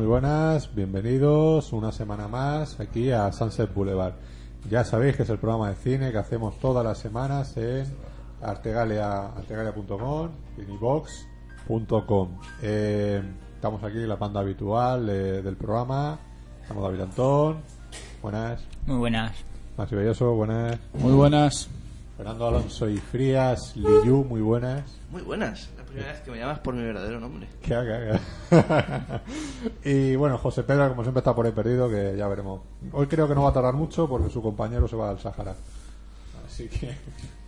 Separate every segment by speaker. Speaker 1: buenas, bienvenidos una semana más aquí a Sunset Boulevard. Ya sabéis que es el programa de cine que hacemos todas las semanas en artegalia, artegalia.com, finibox.com. Eh, estamos aquí, la banda habitual eh, del programa. Estamos David Antón, buenas.
Speaker 2: Muy buenas.
Speaker 1: Maxi Belloso, buenas.
Speaker 3: Muy buenas.
Speaker 1: Fernando Alonso y Frías, Liyu, muy buenas.
Speaker 4: Muy buenas. La primera vez que me llamas por mi verdadero nombre.
Speaker 1: Que haga, que haga. y bueno, José Pedro, como siempre, está por ahí perdido, que ya veremos. Hoy creo que no va a tardar mucho porque su compañero se va al Sahara. Así que.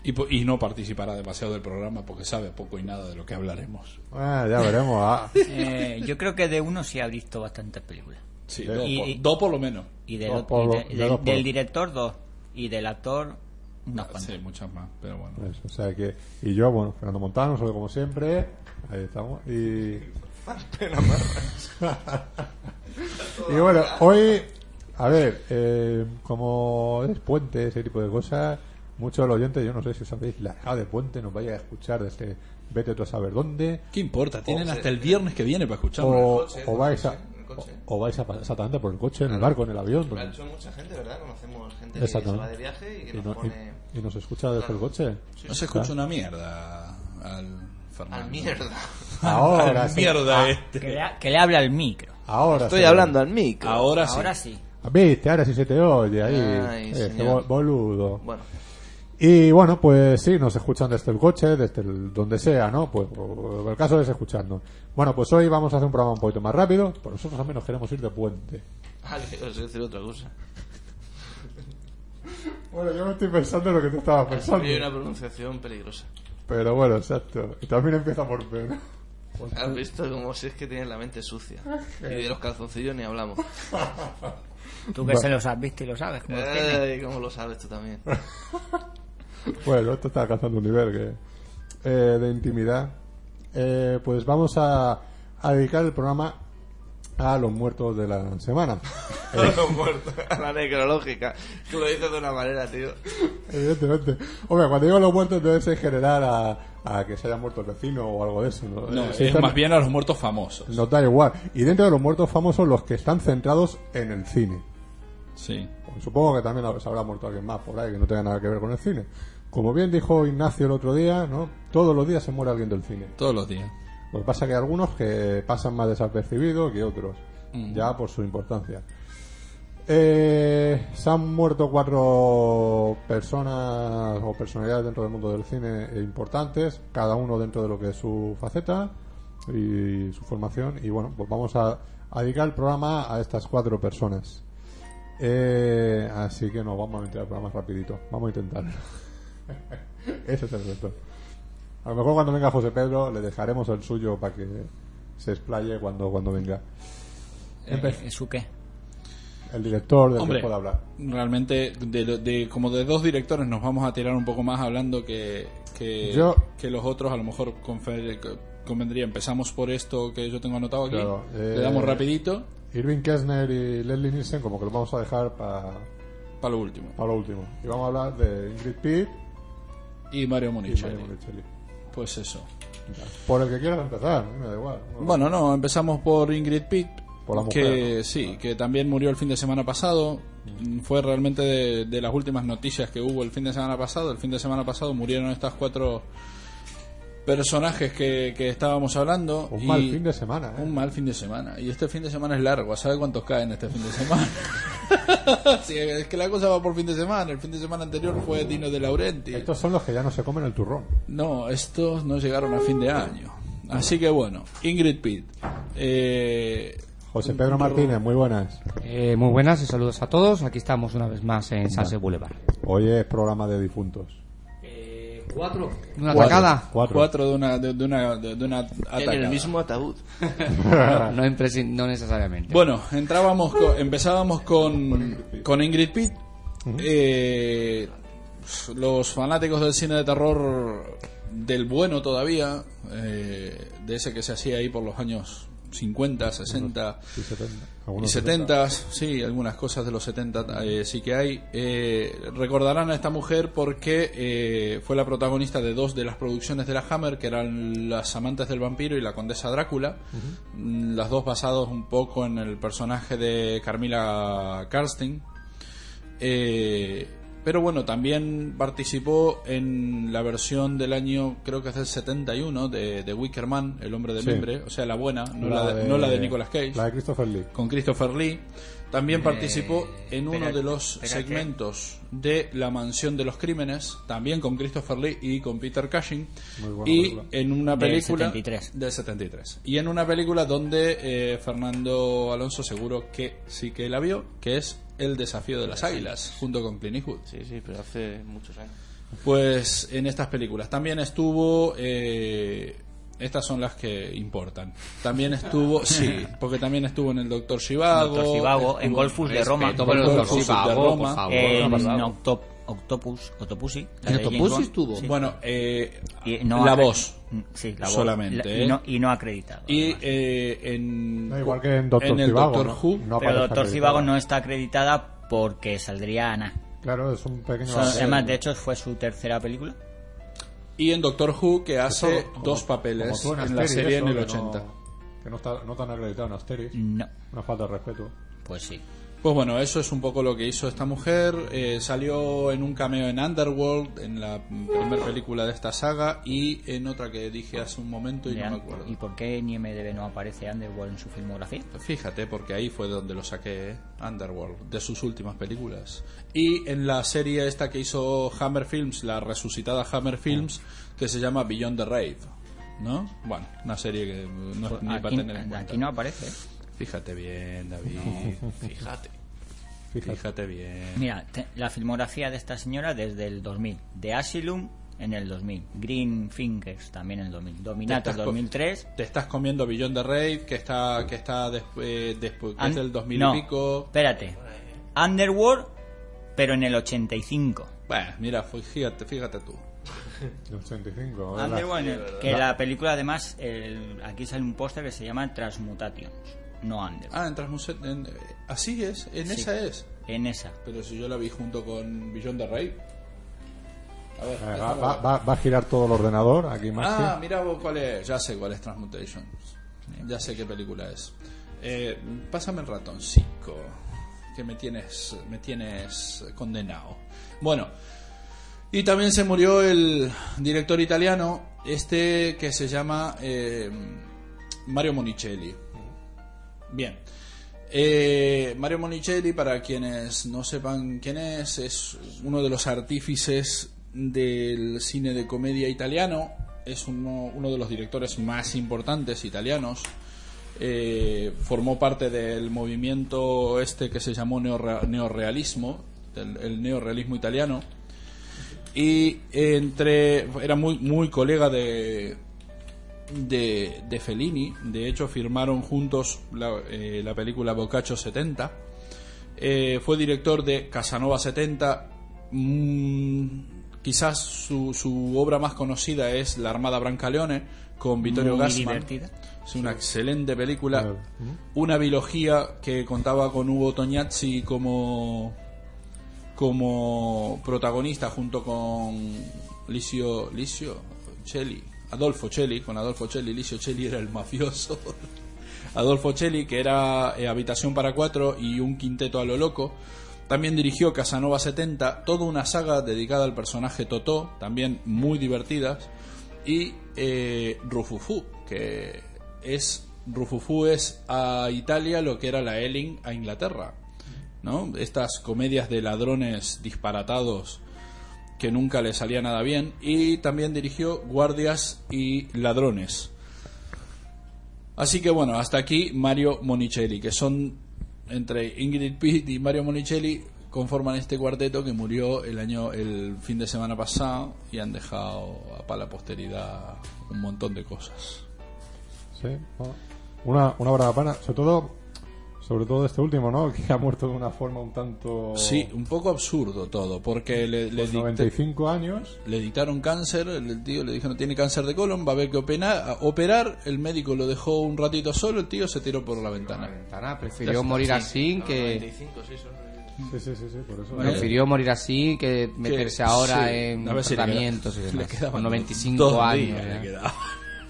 Speaker 3: Y, po- y no participará demasiado del programa porque sabe poco y nada de lo que hablaremos.
Speaker 1: Ah, ya veremos. ah.
Speaker 2: Eh, yo creo que de uno sí ha visto bastantes películas.
Speaker 3: Sí,
Speaker 1: De-
Speaker 3: dos,
Speaker 2: y-
Speaker 3: por,
Speaker 2: y-
Speaker 3: dos por lo menos.
Speaker 2: Y, del
Speaker 1: Dos
Speaker 2: ot-
Speaker 1: por lo- de
Speaker 2: y de- del-
Speaker 1: dos por-
Speaker 2: del director dos. Y del actor unas cuantas.
Speaker 3: Sí, muchas más, pero bueno.
Speaker 1: Pues, o sea que. Y yo, bueno, Fernando Montano, solo como siempre. Ahí estamos. Y. y bueno, hoy. A ver, eh, como es puente, ese tipo de cosas, muchos de los oyentes, yo no sé si os habéis largado de puente, nos vaya a escuchar desde vete tú a saber dónde.
Speaker 3: ¿Qué importa? Tienen
Speaker 4: Oh,
Speaker 3: hasta
Speaker 4: sí.
Speaker 3: el viernes que viene para escucharlo.
Speaker 1: o,
Speaker 4: coche,
Speaker 1: o
Speaker 4: por el
Speaker 1: vais a,
Speaker 4: coche, ¿eh? en el coche.
Speaker 1: o, o vais a pasar exactamente por el coche, en el barco, en el avión.
Speaker 4: Lo ha
Speaker 1: donde-
Speaker 4: hecho mucha gente, ¿verdad? Conocemos gente que se
Speaker 1: Exactamente.
Speaker 4: va de viaje y que
Speaker 1: Y
Speaker 4: nos
Speaker 1: no- y-
Speaker 4: pone
Speaker 1: y nos escucha desde el
Speaker 4: Claro.
Speaker 1: coche.
Speaker 3: No se escucha una mierda al Fernando.
Speaker 4: al mierda.
Speaker 1: Ahora
Speaker 3: Al
Speaker 1: sí.
Speaker 3: mierda
Speaker 2: Ah,
Speaker 3: este.
Speaker 2: que, le, ha- que le habla al micro.
Speaker 1: Ahora
Speaker 4: Estoy
Speaker 1: sí. Ah,
Speaker 4: hablando al mic.
Speaker 3: Ahora sí.
Speaker 2: Ahora sí.
Speaker 1: Viste, ahora sí se te oye ahí.
Speaker 4: Ay,
Speaker 1: este
Speaker 4: señor.
Speaker 1: bo- boludo.
Speaker 4: Bueno,
Speaker 1: Y bueno, pues sí, nos escuchan desde el coche, desde el- donde sea, ¿no? Pues o- el caso es escucharnos. Bueno, pues hoy vamos a hacer un programa un poquito más rápido. Por nosotros al menos queremos ir de puente.
Speaker 4: ah, que os voy a decir otra cosa.
Speaker 1: Bueno, yo no estoy pensando en lo que tú estabas
Speaker 4: Hay una pronunciación peligrosa.
Speaker 1: Pero bueno, exacto. Y también empieza por P. ¿no?
Speaker 4: Has visto como si es que tienes la mente sucia. Y de los calzoncillos ni hablamos.
Speaker 2: Tú que
Speaker 1: Va.
Speaker 2: se los has visto y lo sabes.
Speaker 3: Eh,
Speaker 2: como los tienes.
Speaker 4: Ay, cómo lo sabes tú también.
Speaker 1: Bueno, esto está alcanzando un nivel que, eh, de intimidad. Eh, pues vamos a, a dedicar el programa a los muertos de la semana. Eh,
Speaker 4: A los muertos, a la necrológica. Tú lo dices de una manera, tío.
Speaker 1: Evidentemente. Hombre, cuando digo los muertos no es en general a, a que se haya muerto el vecino o algo de eso. No,
Speaker 3: No,
Speaker 1: Eh,
Speaker 3: es
Speaker 1: si están-
Speaker 3: más bien a los muertos famosos.
Speaker 1: Nos da igual. Y dentro de los muertos famosos, los que están centrados en el cine.
Speaker 3: Sí.
Speaker 1: Pues Supongo que también se habrá muerto alguien más por ahí que no tenga nada que ver con el cine. Como bien dijo Ignacio el otro día, ¿no? Todos los días se muere alguien del cine.
Speaker 3: Todos los días.
Speaker 1: Lo que pasa es que hay algunos que pasan más desapercibidos que otros, ya por su importancia. Eh, se han muerto cuatro personas o personalidades dentro del mundo del cine importantes, cada uno dentro de lo que es su faceta y su formación. Y bueno, pues vamos a, a dedicar el programa a estas cuatro personas. Eh, así que nos vamos a meter al programa rapidito. Vamos a intentarlo. Ese es el reto. A lo mejor cuando venga José Pedro le dejaremos el suyo para que se explaye cuando, cuando venga.
Speaker 2: Eh, ¿Eso qué?
Speaker 1: El director del
Speaker 3: Hombre,
Speaker 1: que pueda hablar.
Speaker 3: realmente de, lo- de- como de dos directores nos vamos a tirar un poco más hablando que, que,
Speaker 1: Yo-
Speaker 3: que los otros a lo mejor confer- convendría empezamos por esto que yo tengo anotado aquí
Speaker 1: Claro, eh,
Speaker 3: le damos rapidito
Speaker 1: Irving Kessner y Leslie Nielsen como que lo vamos a dejar para
Speaker 3: para lo último
Speaker 1: lo último. Y vamos a hablar de Ingrid Pitt
Speaker 3: y Mario
Speaker 1: y
Speaker 3: Monicelli
Speaker 1: Mario Monicelli.
Speaker 3: pues eso
Speaker 1: Por el que quieras empezar, a mí me da igual.
Speaker 3: bueno no empezamos por Ingrid Pitt
Speaker 1: Por la mujer,
Speaker 3: que
Speaker 1: ¿no? Mm.
Speaker 3: sí que también murió el fin de semana pasado fue realmente de, de las últimas noticias que hubo el fin de semana pasado el fin de semana pasado murieron estas cuatro personajes que, que estábamos hablando
Speaker 1: Un
Speaker 3: y-
Speaker 1: mal fin de semana, ¿eh?
Speaker 3: Un mal fin de semana. Y este fin de semana es largo. ¿Sabe cuántos caen este fin de semana? Sí, es que la cosa va por fin de semana. El fin de semana anterior fue Dino de Laurenti.
Speaker 1: Estos son los que ya no se comen el turrón.
Speaker 3: No, estos no llegaron a fin de año. Así que bueno, Ingrid Pitt. Eh,
Speaker 1: José Pedro Martínez, muy buenas.
Speaker 5: Eh, muy buenas y saludos a todos. Aquí estamos una vez más en Sunset Boulevard.
Speaker 1: Hoy es programa de difuntos.
Speaker 5: cuatro. Una
Speaker 3: Cuatro.
Speaker 5: atacada.
Speaker 1: Cuatro.
Speaker 3: de una, de, de una, de, de una atacada.
Speaker 4: En el mismo ataúd.
Speaker 5: No, en presi- no necesariamente.
Speaker 3: Bueno, entrábamos con- empezábamos con, con Ingrid Pitt. Eh, los fanáticos del cine de terror del bueno todavía, eh, de ese que se hacía ahí por los años 50, 60
Speaker 1: Y 70.
Speaker 3: y
Speaker 1: Algunos
Speaker 3: 70, sí, algunas cosas de los 70 eh, sí que hay. Eh, recordarán a esta mujer porque eh, fue la protagonista de dos de las producciones de la Hammer, que eran Las Amantes del Vampiro y La Condesa Drácula, Mm, las dos basados un poco en el personaje de Carmila Karstein. Eh, pero bueno, también participó en la versión del año, creo que es del 71, de, de Wicker Man, El Hombre de
Speaker 1: Sí.
Speaker 3: Mimbre, o sea, la buena, no la, de, no la de Nicolas Cage
Speaker 1: La de Christopher Lee.
Speaker 3: con Christopher Lee. También participó en uno
Speaker 2: espera,
Speaker 3: de los
Speaker 2: espera, ¿qué?
Speaker 3: segmentos de La Mansión de los Crímenes, también con Christopher Lee y con Peter Cushing,
Speaker 1: Muy buena
Speaker 3: y
Speaker 1: película.
Speaker 3: en una
Speaker 2: Del
Speaker 3: película
Speaker 2: 73.
Speaker 3: del 73. Y en una película donde eh, Fernando Alonso seguro que sí que la vio, que es El desafío de las águilas, junto con Clint Eastwood.
Speaker 4: Sí, sí, pero hace muchos años.
Speaker 3: Pues en estas películas. También estuvo. eh, estas son las que importan. También estuvo. sí, porque también estuvo en el Doctor Shivago.
Speaker 2: Doctor Shivago, en
Speaker 3: estuvo-
Speaker 2: Golfus de Roma.
Speaker 5: Respeto por el
Speaker 3: Golfus
Speaker 5: doctor
Speaker 3: de
Speaker 5: Sivago,
Speaker 3: Roma.
Speaker 5: por favor.
Speaker 2: En
Speaker 5: por favor.
Speaker 2: Octop, Octopus, Octopussy. la
Speaker 5: ¿En
Speaker 2: de James
Speaker 5: Octopussy
Speaker 2: Bond.
Speaker 5: estuvo?
Speaker 2: Sí.
Speaker 3: Bueno, eh,
Speaker 2: Y no
Speaker 3: la
Speaker 2: acre-
Speaker 3: voz.
Speaker 2: Sí, la voz.
Speaker 3: Solamente,
Speaker 2: La- y,
Speaker 3: ¿eh?
Speaker 2: no, y no acreditado.
Speaker 3: Y
Speaker 2: además.
Speaker 3: eh, en.
Speaker 1: Da igual que en Doctor
Speaker 3: el
Speaker 1: Zivago,
Speaker 3: Doctor
Speaker 1: ¿no?
Speaker 3: Who.
Speaker 1: No
Speaker 2: Pero
Speaker 1: aparece
Speaker 2: Doctor
Speaker 1: acreditado.
Speaker 2: Zivago no está acreditada porque saldría Ana.
Speaker 1: Claro, es un pequeño.
Speaker 2: Son- además, de hecho, fue su tercera película.
Speaker 3: Y en Doctor Who, que hace
Speaker 1: Eso, como-
Speaker 3: dos
Speaker 1: como
Speaker 3: papeles
Speaker 1: tú
Speaker 3: en, la
Speaker 1: Asterix,
Speaker 3: serie en
Speaker 1: eso,
Speaker 3: el Mm.
Speaker 1: que no-
Speaker 3: 80.
Speaker 1: Que no, está, no tan acreditado en Asterix.
Speaker 2: No,
Speaker 1: Una falta de respeto.
Speaker 2: pues sí.
Speaker 3: Pues bueno, eso es un poco lo que hizo esta mujer. Eh, salió en un cameo en Underworld, en la primera película de esta saga, y en otra que dije hace un momento y
Speaker 2: De
Speaker 3: no me
Speaker 2: An-
Speaker 3: acuerdo.
Speaker 2: ¿Y por qué en IMDB no aparece Underworld en su filmografía?
Speaker 3: Fíjate, porque ahí fue donde lo saqué, ¿eh? Underworld, de sus últimas películas. Y en la serie esta que hizo Hammer Films, la resucitada Hammer Films, que se llama Beyond the Rave, ¿no? Bueno, una serie que no es ni para
Speaker 2: Pues Aquí,
Speaker 3: tener en cuenta.
Speaker 2: aquí no aparece. ¿eh?
Speaker 3: Fíjate bien, David.
Speaker 4: Fíjate.
Speaker 1: Fíjate.
Speaker 3: Fíjate bien.
Speaker 2: Mira, te- la filmografía de esta señora desde el 2000. The Asylum en el 2000. Green Fingers también en el 2000. Dominator
Speaker 3: Te estás
Speaker 2: 2003.
Speaker 3: Te estás comiendo Beyond the Rave, que está, que está después, después que es
Speaker 2: An-
Speaker 3: del 2000
Speaker 2: no,
Speaker 3: y pico.
Speaker 2: Espérate. Underworld, pero en el 85.
Speaker 3: Bueno, mira, fue- fíjate, fíjate tú.
Speaker 1: El
Speaker 2: Ah,
Speaker 1: 85. ¿verdad?
Speaker 2: Underworld, en el- que la película además, el- aquí sale un póster que se llama Transmutations, no Underworld.
Speaker 3: Ah, en Transmuse- en- eh, Así es, en esa es.
Speaker 2: En esa.
Speaker 3: Pero si yo la vi junto con Beyond the Rave. A ver,
Speaker 1: A ver, Ah, Eh, Va,
Speaker 3: déjame
Speaker 1: va-
Speaker 3: ver.
Speaker 1: va- va a girar todo el ordenador. Aquí más.
Speaker 3: Ah, mira vos cuál es. Ya sé cuál es Transmutation. Ya sé qué película es. Eh, pásame el ratoncico. Que me tienes, me tienes condenado. Bueno. Y también se murió el director italiano, este que se llama eh, Mario Monicelli. Bien. Eh, Mario Monicelli, para quienes no sepan quién es, es uno de los artífices del cine de comedia italiano. Es uno, uno de los directores más importantes italianos. Eh, formó parte del movimiento este que se llamó neorre- neorrealismo, el, el neorrealismo italiano. Y eh, entre. Era muy, muy colega de, de, de Fellini. De hecho, firmaron juntos la, eh, la película Boccaccio 70. Eh, fue director de Casanova 70. Mm, quizás su, su obra más conocida es La Armada Brancaleone con Vittorio
Speaker 2: Muy
Speaker 3: Gassman.
Speaker 2: divertida.
Speaker 3: Es una excelente película.
Speaker 1: Claro.
Speaker 3: Una biología que contaba con Hugo Tognazzi como como protagonista junto con Licio Licio Cheli, Adolfo Cheli, con Adolfo Cheli, Licio Cheli era el mafioso. Adolfo Cheli, que era eh, Habitación para Cuatro y un quinteto a lo loco. También dirigió Casanova 70, toda una saga dedicada al personaje Totó, también muy divertidas. Y eh, Rufufú, que es. Rufufú es a Italia lo que era la Elling a Inglaterra. ¿no? Estas comedias de ladrones disparatados que nunca le salía nada bien. Y también dirigió Guardias y Ladrones. Así que bueno, hasta aquí Mario Monicelli, que son entre Ingrid Pitt y Mario Monicelli conforman este cuarteto que murió el año el fin de semana pasado y han dejado para la posteridad un montón de cosas.
Speaker 1: Sí, bueno. una, una brava pana. Sobre todo, Sobre todo este último, ¿no? Que ha muerto de una forma un tanto...
Speaker 3: Sí, un poco absurdo todo, porque le, le,
Speaker 1: Los
Speaker 3: dicta-
Speaker 1: 95 años.
Speaker 3: le dictaron cáncer, el el tío le dijeron tiene cáncer de colon, va a haber que opena- operar, el médico lo dejó un ratito solo, el tío se tiró por la
Speaker 5: La
Speaker 3: ventana.
Speaker 5: ventana prefirió morir así que...
Speaker 1: Sí, sí, sí, sí, por eso. Eh,
Speaker 5: Prefirió morir así que meterse ahora
Speaker 3: sí,
Speaker 5: en
Speaker 3: a ver si le
Speaker 5: tratamientos
Speaker 3: queda-
Speaker 5: y
Speaker 3: le
Speaker 5: demás.
Speaker 3: quedaban
Speaker 5: Con
Speaker 3: dos-
Speaker 5: 95
Speaker 3: dos
Speaker 5: años.
Speaker 3: días
Speaker 5: ya.
Speaker 3: le quedaban.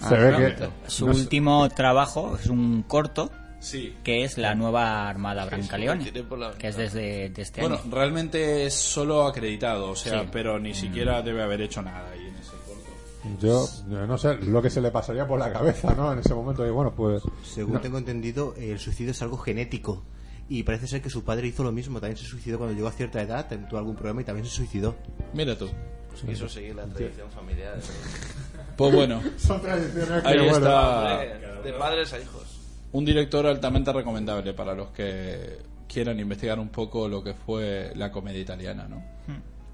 Speaker 3: Ah,
Speaker 1: Se ve que...
Speaker 2: Su último trabajo es un corto
Speaker 3: Sí.
Speaker 2: que es la nueva Armada Brancaleone,
Speaker 4: tiré por la
Speaker 2: que es desde de este
Speaker 3: Bueno,
Speaker 2: año.
Speaker 3: realmente es solo acreditado, o sea,
Speaker 2: Sí.
Speaker 3: pero ni siquiera debe haber hecho nada ahí en ese corto.
Speaker 1: Yo yo no sé lo que se le pasaría por la cabeza, ¿no? En ese momento. Y bueno, pues...
Speaker 6: Según tengo entendido, el suicidio es algo genético. Y parece ser que su padre hizo lo mismo. También se suicidó cuando llegó a cierta edad, tuvo algún problema y también se suicidó.
Speaker 3: Mira tú.
Speaker 4: Pues quiso seguir la tradición familiar. ¿eh?
Speaker 3: Pues bueno,
Speaker 1: Son tradiciones que...
Speaker 3: ahí
Speaker 1: bueno,
Speaker 3: está
Speaker 4: de padres a hijos.
Speaker 3: un director altamente recomendable para los que quieran investigar un poco lo que fue la comedia italiana, ¿no?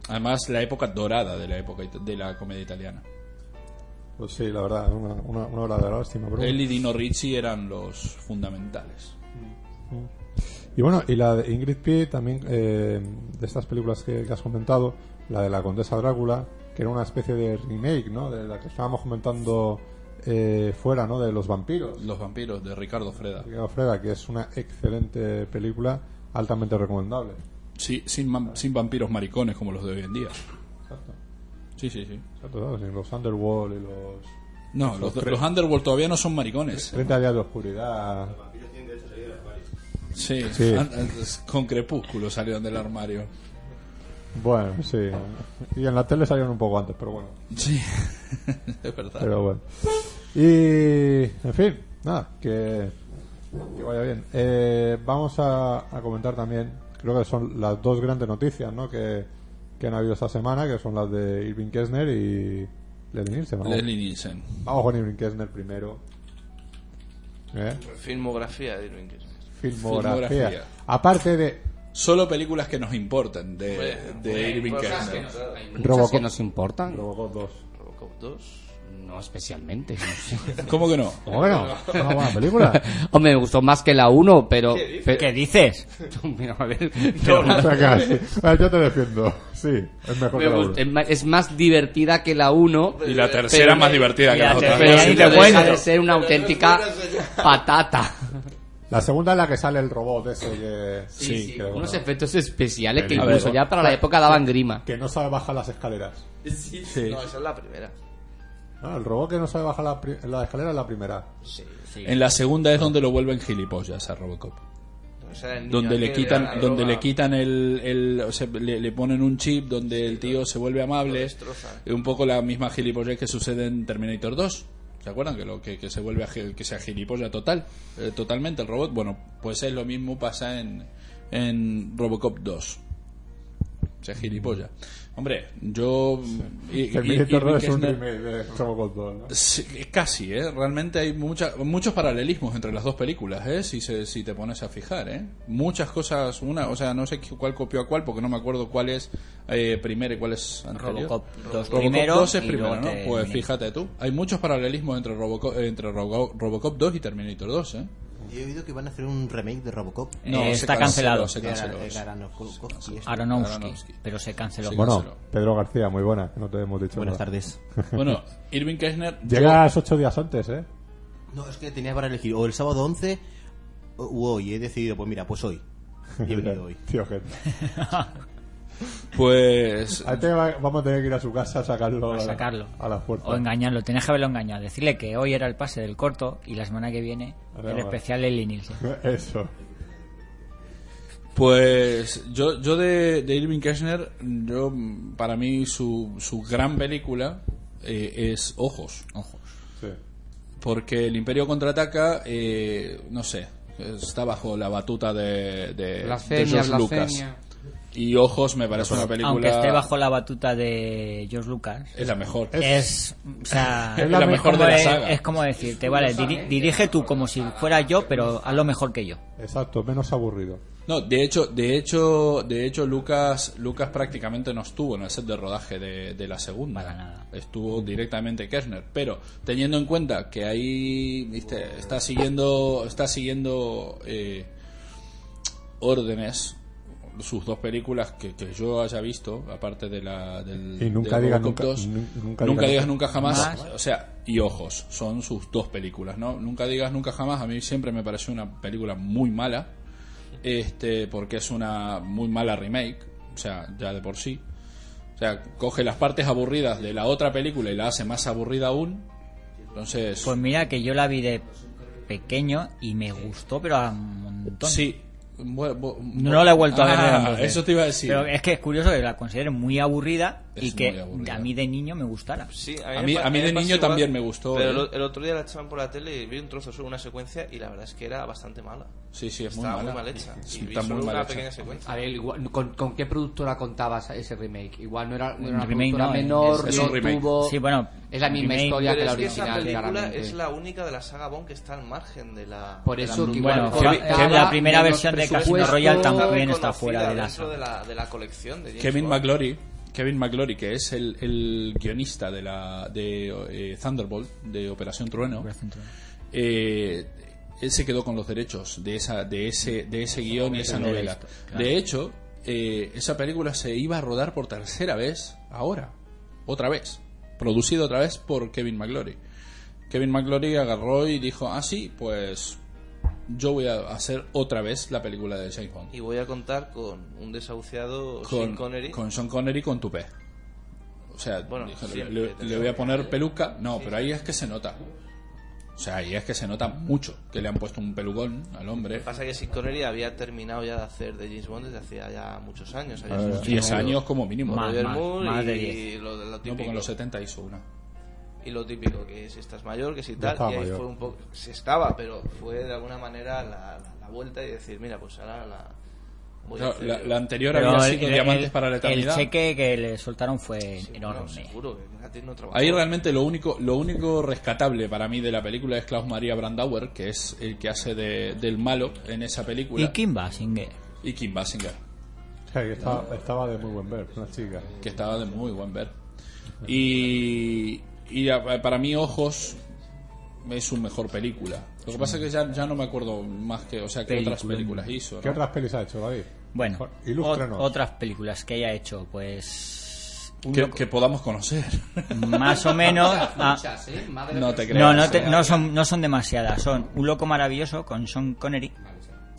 Speaker 3: Además, la época dorada de la época it- de la comedia italiana.
Speaker 1: Pues sí, la verdad, una, una, una verdadera lástima. pero bueno.
Speaker 3: Él y Dino Ricci eran los fundamentales.
Speaker 1: Y bueno, y la de Ingrid P. también, eh, de estas películas que, que has comentado, la de la Condesa Drácula, que era una especie de remake, ¿no? De la que estábamos comentando eh, fuera, ¿no? De los vampiros.
Speaker 3: Los vampiros de Ricardo Freda.
Speaker 1: Ricardo Freda, que es una excelente película, altamente recomendable.
Speaker 3: Sí, sin, mam- sin vampiros maricones como los de hoy en día.
Speaker 1: Exacto.
Speaker 3: Sí, sí, sí.
Speaker 1: Exacto, ¿no? Sí, Los Underworld y los
Speaker 3: No, los, los Underworld todavía no son maricones.
Speaker 1: 30 días de oscuridad.
Speaker 3: Sí,
Speaker 1: Sí.
Speaker 3: an- antes- con crepúsculo salieron del armario.
Speaker 1: Bueno, sí. Y en la tele salieron un poco antes, pero bueno.
Speaker 3: Sí, es verdad.
Speaker 1: Pero bueno. Y, en fin, nada, que, que vaya bien. Eh, vamos a, a comentar también, creo que son las dos grandes noticias ¿no? que, que han habido esta semana, que son las de Irving Kessner y Leslie Nielsen. Vamos,
Speaker 3: Leslie Nielsen.
Speaker 1: Vamos con Irving Kessner primero. ¿Eh?
Speaker 4: Filmografía de Irving Kirchner.
Speaker 1: Filmografía.
Speaker 3: Filmografía.
Speaker 1: Aparte de
Speaker 3: Solo películas que nos importan de,
Speaker 4: Bueno,
Speaker 3: de
Speaker 4: bueno,
Speaker 3: Irving
Speaker 4: cosas
Speaker 3: Kershner.
Speaker 4: que no-
Speaker 5: Muchas
Speaker 1: Robocop.
Speaker 5: que nos importan.
Speaker 1: Robocop 2.
Speaker 4: Robocop 2.
Speaker 5: No especialmente. no sé.
Speaker 3: ¿Cómo que no?
Speaker 1: ¿Cómo que no? Una buena película.
Speaker 5: Hombre, me gustó más que la 1, pero... pe-
Speaker 2: ¿Qué dices?
Speaker 3: eh,
Speaker 5: Mira, a ver,
Speaker 1: O sea, casi. Bueno, yo te defiendo. Sí, es mejor
Speaker 5: me
Speaker 1: que la
Speaker 5: gustó-
Speaker 1: otra.
Speaker 5: es ma- es más divertida que la 1.
Speaker 3: Y la tercera más divertida que
Speaker 2: Mira,
Speaker 3: la otra.
Speaker 5: Pero
Speaker 2: ahí
Speaker 5: sí
Speaker 2: te
Speaker 5: no deja
Speaker 2: cuento.
Speaker 5: de ser una auténtica patata.
Speaker 1: La segunda es la que sale el robot ese que...
Speaker 3: Sí,
Speaker 1: que-
Speaker 5: Unos efectos especiales que
Speaker 1: A
Speaker 3: ver,
Speaker 5: incluso ya para la época daban grima.
Speaker 1: que no sabe bajar las escaleras.
Speaker 3: Sí.
Speaker 4: No, esa es la primera.
Speaker 1: No, el robot que no sabe bajar la, pri- la escalera es la primera.
Speaker 3: En la segunda es donde lo vuelven gilipollas a Robocop.
Speaker 4: No, esa era el niño
Speaker 3: Donde le
Speaker 4: aquel, era
Speaker 3: quitan,
Speaker 4: la
Speaker 3: donde le
Speaker 4: droga.
Speaker 3: quitan el, el- o sea, le, le ponen un chip donde el tío se vuelve amable.
Speaker 4: destrozan.
Speaker 3: Un poco la misma gilipollez que sucede en Terminator 2. ¿Se acuerdan? Que, lo, que, que se vuelve a, gi- que sea gilipollas total, eh, totalmente el robot. Bueno, pues es lo mismo pasa en, en Robocop 2. O sea, gilipollas. Hombre, yo... y- y-
Speaker 1: Terminator
Speaker 3: y-
Speaker 1: 2 es un
Speaker 3: Kirchner-
Speaker 1: remake de Robocop 2, ¿no?
Speaker 3: Sí, casi, ¿eh? Realmente hay mucha- muchos paralelismos entre las dos películas, ¿eh? Si, se- si te pones a fijar, ¿eh? Muchas cosas, una, o sea, no sé qué- cuál copió a cuál, porque no me acuerdo cuál es eh, primero y cuál es anterior.
Speaker 2: Robocop 2
Speaker 3: Robocop
Speaker 2: primero
Speaker 3: 2 es
Speaker 2: y
Speaker 3: primero,
Speaker 2: luego
Speaker 3: ¿no?
Speaker 2: te-
Speaker 3: Pues fíjate tú, hay muchos paralelismos entre Robocop, entre Robo- Robocop 2 y Terminator 2, ¿eh?
Speaker 6: Y he oído que van a hacer un remake de Robocop.
Speaker 2: Eh, está cancelado.
Speaker 3: se
Speaker 6: De
Speaker 3: canceló. Ah,
Speaker 6: Ara- de
Speaker 3: eso.
Speaker 6: Aronofsky, este.
Speaker 2: Aronofsky,
Speaker 3: Aronofsky.
Speaker 2: pero se canceló.
Speaker 3: Sí.
Speaker 1: Bueno,
Speaker 3: Dígaselo.
Speaker 1: Pedro García, muy buena, que no te hemos dicho
Speaker 6: este. Buenas
Speaker 1: nada.
Speaker 6: tardes.
Speaker 3: Bueno, Irving Kirchner...
Speaker 1: Llegas ocho días antes, ¿eh?
Speaker 6: No, es que tenías para elegir o el sábado 11 o- u hoy. He decidido, pues mira, pues hoy. Y he venido hoy.
Speaker 1: Tío, gente.
Speaker 3: Pues...
Speaker 1: Antes va- vamos a tener que ir a su casa a sacarlo.
Speaker 2: A
Speaker 1: la-
Speaker 2: sacarlo.
Speaker 1: A la fuerza.
Speaker 2: O engañarlo, tenías que haberlo engañado. Decirle que hoy era el pase del corto y la semana que viene
Speaker 1: Ahora
Speaker 2: el
Speaker 1: vamos.
Speaker 2: especial Leslie Nielsen.
Speaker 1: Eso.
Speaker 3: Pues yo, yo de, de Irving Kirchner, yo mm, para mí su, su gran película eh, es Ojos,
Speaker 2: Ojos.
Speaker 1: Sí.
Speaker 3: porque el Imperio contraataca, eh, no sé, está bajo la batuta de, de, de
Speaker 5: Blasfemia,
Speaker 3: George Lucas.
Speaker 5: blasfemia.
Speaker 3: Y Ojos me parece una película
Speaker 2: Aunque esté bajo la batuta de George Lucas,
Speaker 3: es la mejor.
Speaker 2: es, o sea,
Speaker 3: Es la mejor
Speaker 2: como
Speaker 3: de la
Speaker 2: es-
Speaker 3: saga.
Speaker 2: es como decirte, vale, diri- dirige tú como si fuera yo, pero hazlo mejor que yo.
Speaker 1: Exacto, menos aburrido.
Speaker 3: No, de hecho, de hecho, de hecho, Lucas, Lucas prácticamente no estuvo en el set de rodaje de, de la segunda.
Speaker 2: Para nada.
Speaker 3: Estuvo directamente Kirchner, pero teniendo en cuenta que ahí viste, está siguiendo, está siguiendo eh, órdenes sus dos películas que, que yo haya visto, aparte de la del,
Speaker 1: Y nunca
Speaker 3: del
Speaker 1: digas
Speaker 3: Robocop
Speaker 1: nunca,
Speaker 3: 2,
Speaker 1: nun-
Speaker 3: nunca,
Speaker 1: nunca digas
Speaker 3: digas nunca jamás,
Speaker 2: Más.
Speaker 3: o sea, y ojos, son sus dos películas, ¿no? Nunca digas nunca jamás, a mí siempre me pareció una película muy mala, este, porque es una muy mala remake, o sea, ya de por sí. O sea, coge las partes aburridas de la otra película y la hace más aburrida aún. Entonces,
Speaker 2: Pues mira que yo la vi de pequeño y me gustó, pero a un montón.
Speaker 3: sí. Bu- bu-
Speaker 2: No la he vuelto a ver.
Speaker 3: Ah,
Speaker 2: desde entonces.
Speaker 3: eso te iba a decir.
Speaker 2: Pero es que es curioso que la consideren muy aburrida y
Speaker 3: Es
Speaker 2: que
Speaker 3: muy aburrida.
Speaker 2: a mí de niño me gustara.
Speaker 4: Sí,
Speaker 3: A
Speaker 4: me
Speaker 3: mí-
Speaker 4: pa-
Speaker 3: a mí
Speaker 4: me
Speaker 3: de
Speaker 4: pasa
Speaker 3: niño también me gustó,
Speaker 4: Pero
Speaker 3: ¿eh?
Speaker 4: el, el otro día la echaban por la tele y vi un trozo sobre una secuencia y la verdad es que era bastante mala.
Speaker 3: Sí, sí, es muy
Speaker 4: Estaba
Speaker 3: mala.
Speaker 4: muy mal hecha.
Speaker 3: Sí,
Speaker 4: y vi
Speaker 3: está muy
Speaker 4: solo
Speaker 3: mal
Speaker 4: una
Speaker 3: hecha.
Speaker 4: pequeña secuencia.
Speaker 5: A ver, igual- ¿con, con qué productora contabas ese remake? Igual no era, no era una
Speaker 2: Remake
Speaker 5: productora
Speaker 2: no, es-
Speaker 5: menor,
Speaker 3: es
Speaker 5: no
Speaker 3: un remake.
Speaker 5: tuvo...
Speaker 2: Sí, bueno,
Speaker 5: es la misma
Speaker 2: remake,
Speaker 5: historia
Speaker 4: Pero
Speaker 5: que la
Speaker 4: es que esa
Speaker 5: original,
Speaker 4: película
Speaker 5: claramente.
Speaker 4: es la única de la saga Bond que está al margen de la.
Speaker 5: Por
Speaker 4: de la
Speaker 5: eso que
Speaker 4: norma.
Speaker 5: igual
Speaker 2: Bueno,
Speaker 5: cortaba,
Speaker 3: Kevin- Kevin-
Speaker 2: la primera
Speaker 5: menos
Speaker 2: versión de Casino
Speaker 5: presupuesto.
Speaker 2: Royale tampoén.
Speaker 4: reconocida
Speaker 2: está fuera de la
Speaker 4: dentro
Speaker 2: saga.
Speaker 4: de la, de la colección de James
Speaker 3: Kevin
Speaker 4: Bond.
Speaker 3: McClory, Kevin McClory, que es el, el guionista de la de eh, Thunderbolt, de Operación Trueno, eh, él se quedó con los derechos de esa de ese de ese guión y esa
Speaker 2: de
Speaker 3: novela.
Speaker 2: esto,
Speaker 3: De hecho, eh, esa película se iba a rodar por tercera vez ahora, otra vez, producida otra vez por Kevin McClory. Kevin McClory agarró y dijo, ah sí, pues yo voy a hacer otra vez la película de James Bond.
Speaker 4: Y voy a contar con un desahuciado Sean Connery.
Speaker 3: Con Sean Connery con tupé. O sea,
Speaker 4: Bueno,
Speaker 3: dijo, le-
Speaker 4: siempre
Speaker 3: le,
Speaker 4: te
Speaker 3: le voy a poner peluca. No, pero ahí es que se nota. O sea, ahí es que se nota mucho que le han puesto un pelucón al hombre.
Speaker 4: Pasa que Sean Connery había terminado ya de hacer de James Bond desde hacía ya muchos años. Había
Speaker 3: Eh,
Speaker 4: sido
Speaker 3: 10
Speaker 4: sustituido
Speaker 3: años como mínimo.
Speaker 4: por
Speaker 2: Más,
Speaker 4: Roger
Speaker 2: más,
Speaker 4: Moore
Speaker 2: más de
Speaker 4: y lo, lo
Speaker 3: No, porque
Speaker 4: típico,
Speaker 3: en los 70 hizo una.
Speaker 4: y lo típico que es estás mayor, que si tal,
Speaker 1: estaba
Speaker 4: y ahí
Speaker 1: mayor.
Speaker 4: fue un poco, se estaba, pero fue de alguna manera la, la- la vuelta y decir, mira, pues ahora la voy a
Speaker 3: Claro,
Speaker 4: hacer
Speaker 3: la,
Speaker 4: yo".
Speaker 3: la anterior
Speaker 2: Pero
Speaker 3: había
Speaker 2: el-
Speaker 3: sido
Speaker 2: el-
Speaker 3: Diamantes
Speaker 2: el-
Speaker 3: para la Eternidad.
Speaker 2: El cheque que le soltaron fue
Speaker 4: Sí, no,
Speaker 2: enorme.
Speaker 4: seguro que gratis no trabajó.
Speaker 3: Ahí realmente lo único, lo único rescatable para mí de la película es Klaus Maria Brandauer, que es el que hace de- del malo en esa película.
Speaker 2: ¿Y Kim Basinger?
Speaker 3: y Kim Basinger.
Speaker 1: O sea, que estaba, estaba de muy buen ver, una chica.
Speaker 3: que estaba de muy buen ver. Y, y a- para mí, Ojos es su mejor película. Lo que pasa es que ya, ya no me acuerdo más que, o sea, qué otras películas hizo. ¿no?
Speaker 1: ¿Qué otras pelis ha hecho, David?
Speaker 2: Bueno,
Speaker 1: Por-
Speaker 2: ot-
Speaker 1: ilústranos.
Speaker 2: otras películas que haya hecho, pues.
Speaker 3: Que, que podamos conocer.
Speaker 2: Más o menos. ah,
Speaker 5: Muchas, ¿eh? Madre
Speaker 3: No
Speaker 5: mía.
Speaker 3: te ¿eh? creo.
Speaker 2: no, no, te- no son, no son demasiadas. Son Un Loco Maravilloso con Sean Connery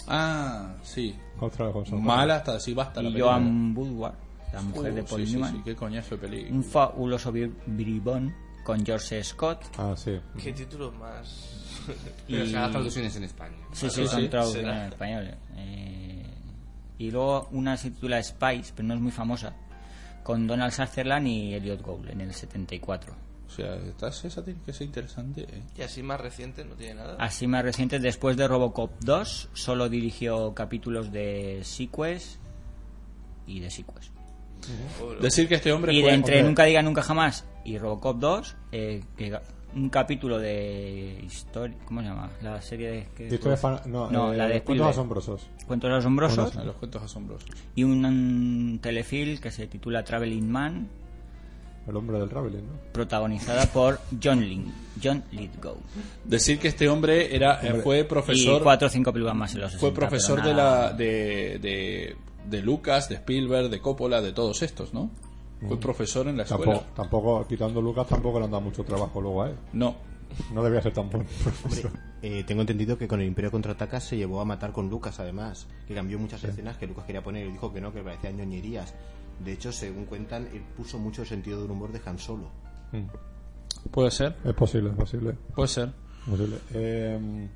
Speaker 3: Ah, sí.
Speaker 1: Otra vez con Sean
Speaker 3: Mala hasta decir basta. La
Speaker 2: y
Speaker 3: película.
Speaker 2: Joan Bulwar, la mujer
Speaker 3: Uh,
Speaker 2: de Mm. Paul
Speaker 3: sí, sí,
Speaker 2: Newman.
Speaker 3: sí, qué coñazo de peli.
Speaker 2: Un fabuloso bri- bribón con George Scott.
Speaker 1: Connery. Ah, sí.
Speaker 4: Qué título más.
Speaker 5: Pero se las traducciones en España.
Speaker 2: Sí, sí,
Speaker 3: sí,
Speaker 2: son traducciones
Speaker 4: será.
Speaker 2: en español. Eh, y luego una se titula Spice, pero no es muy famosa, con Donald Sutherland y Elliot Gould en el 74.
Speaker 3: O sea, esta- esa tiene que ser interesante. eh.
Speaker 4: Y así más reciente no tiene nada.
Speaker 2: Así más reciente, después de Robocop 2, solo dirigió capítulos de Sequest y de Sequest.
Speaker 3: Decir que este hombre
Speaker 2: Y
Speaker 3: fue-
Speaker 2: de entre Nunca Diga Nunca Jamás y Robocop 2, eh, que ga- un capítulo de historia. ¿Cómo se llama? La serie de. que-
Speaker 1: Historia fan- No, eh,
Speaker 2: pues. la de
Speaker 1: Cuentos
Speaker 2: Spielberg.
Speaker 1: asombrosos.
Speaker 2: Cuentos asombrosos.
Speaker 3: Ah, los cuentos asombrosos.
Speaker 2: Y un, mm, telefilm que se titula Traveling Man,
Speaker 1: El hombre del traveling, ¿no?
Speaker 2: protagonizada por John Lin, John Lithgow.
Speaker 3: Decir que este hombre era eh, fue profesor
Speaker 2: y cuatro o cinco películas más en los 60,
Speaker 3: fue profesor
Speaker 2: pero
Speaker 3: de
Speaker 2: nada.
Speaker 3: la de, de, de Lucas, de Spielberg, de Coppola, de todos estos, ¿no? Fue profesor en la escuela.
Speaker 1: Tampoco, tampoco, quitando Lucas, tampoco le han dado mucho trabajo luego a él.
Speaker 3: No.
Speaker 1: No debía ser tan buen profesor.
Speaker 6: Eh, tengo entendido que con el Imperio Contraataca se llevó a matar con Lucas, además, que cambió muchas escenas que Lucas quería poner y dijo que no, que parecían ñoñerías. De hecho, según cuentan, él puso mucho el sentido del humor de Han Solo.
Speaker 3: Puede ser,
Speaker 1: Es posible, es posible.
Speaker 3: puede ser.
Speaker 1: es posible. Eh,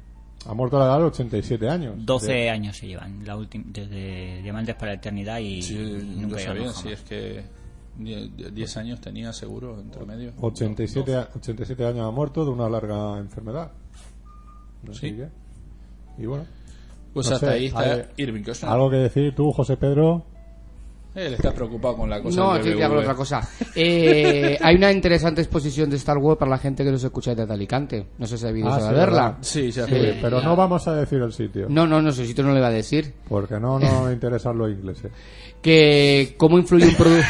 Speaker 1: ha muerto a la edad de 87 años.
Speaker 2: 12
Speaker 1: De-
Speaker 2: años se llevan, la última, desde Diamantes para la Eternidad y
Speaker 3: Sí,
Speaker 2: y
Speaker 3: nunca
Speaker 2: nunca Diga
Speaker 3: sabía
Speaker 2: Nunca
Speaker 3: si
Speaker 2: Jamás.
Speaker 3: es que 10 años tenía seguro entre medio.
Speaker 1: 87, a- 87 años ha muerto de una larga enfermedad. No
Speaker 3: Sí.
Speaker 1: sé qué. Y bueno.
Speaker 3: Pues
Speaker 1: no
Speaker 3: hasta
Speaker 1: sé,
Speaker 3: ahí está
Speaker 1: hay-
Speaker 3: Irving Kirchner.
Speaker 1: ¿Algo que decir tú, José Pedro?
Speaker 3: Él está preocupado con la cosa
Speaker 5: No,
Speaker 3: del E.
Speaker 5: estoy
Speaker 3: BBV.
Speaker 5: con otra cosa. Eh, hay una interesante exposición de Star Wars para la gente que nos escucha desde Alicante. No sé si habéis ido
Speaker 1: Ah,
Speaker 5: a
Speaker 1: sí,
Speaker 5: verla.
Speaker 1: ¿verdad?
Speaker 3: Sí, ya
Speaker 1: Sí,
Speaker 3: fue.
Speaker 1: pero no vamos a decir el sitio.
Speaker 5: No, no, no sé si tú no le iba a decir.
Speaker 1: Porque no nos interesan los ingleses.
Speaker 5: que cómo influye un produ-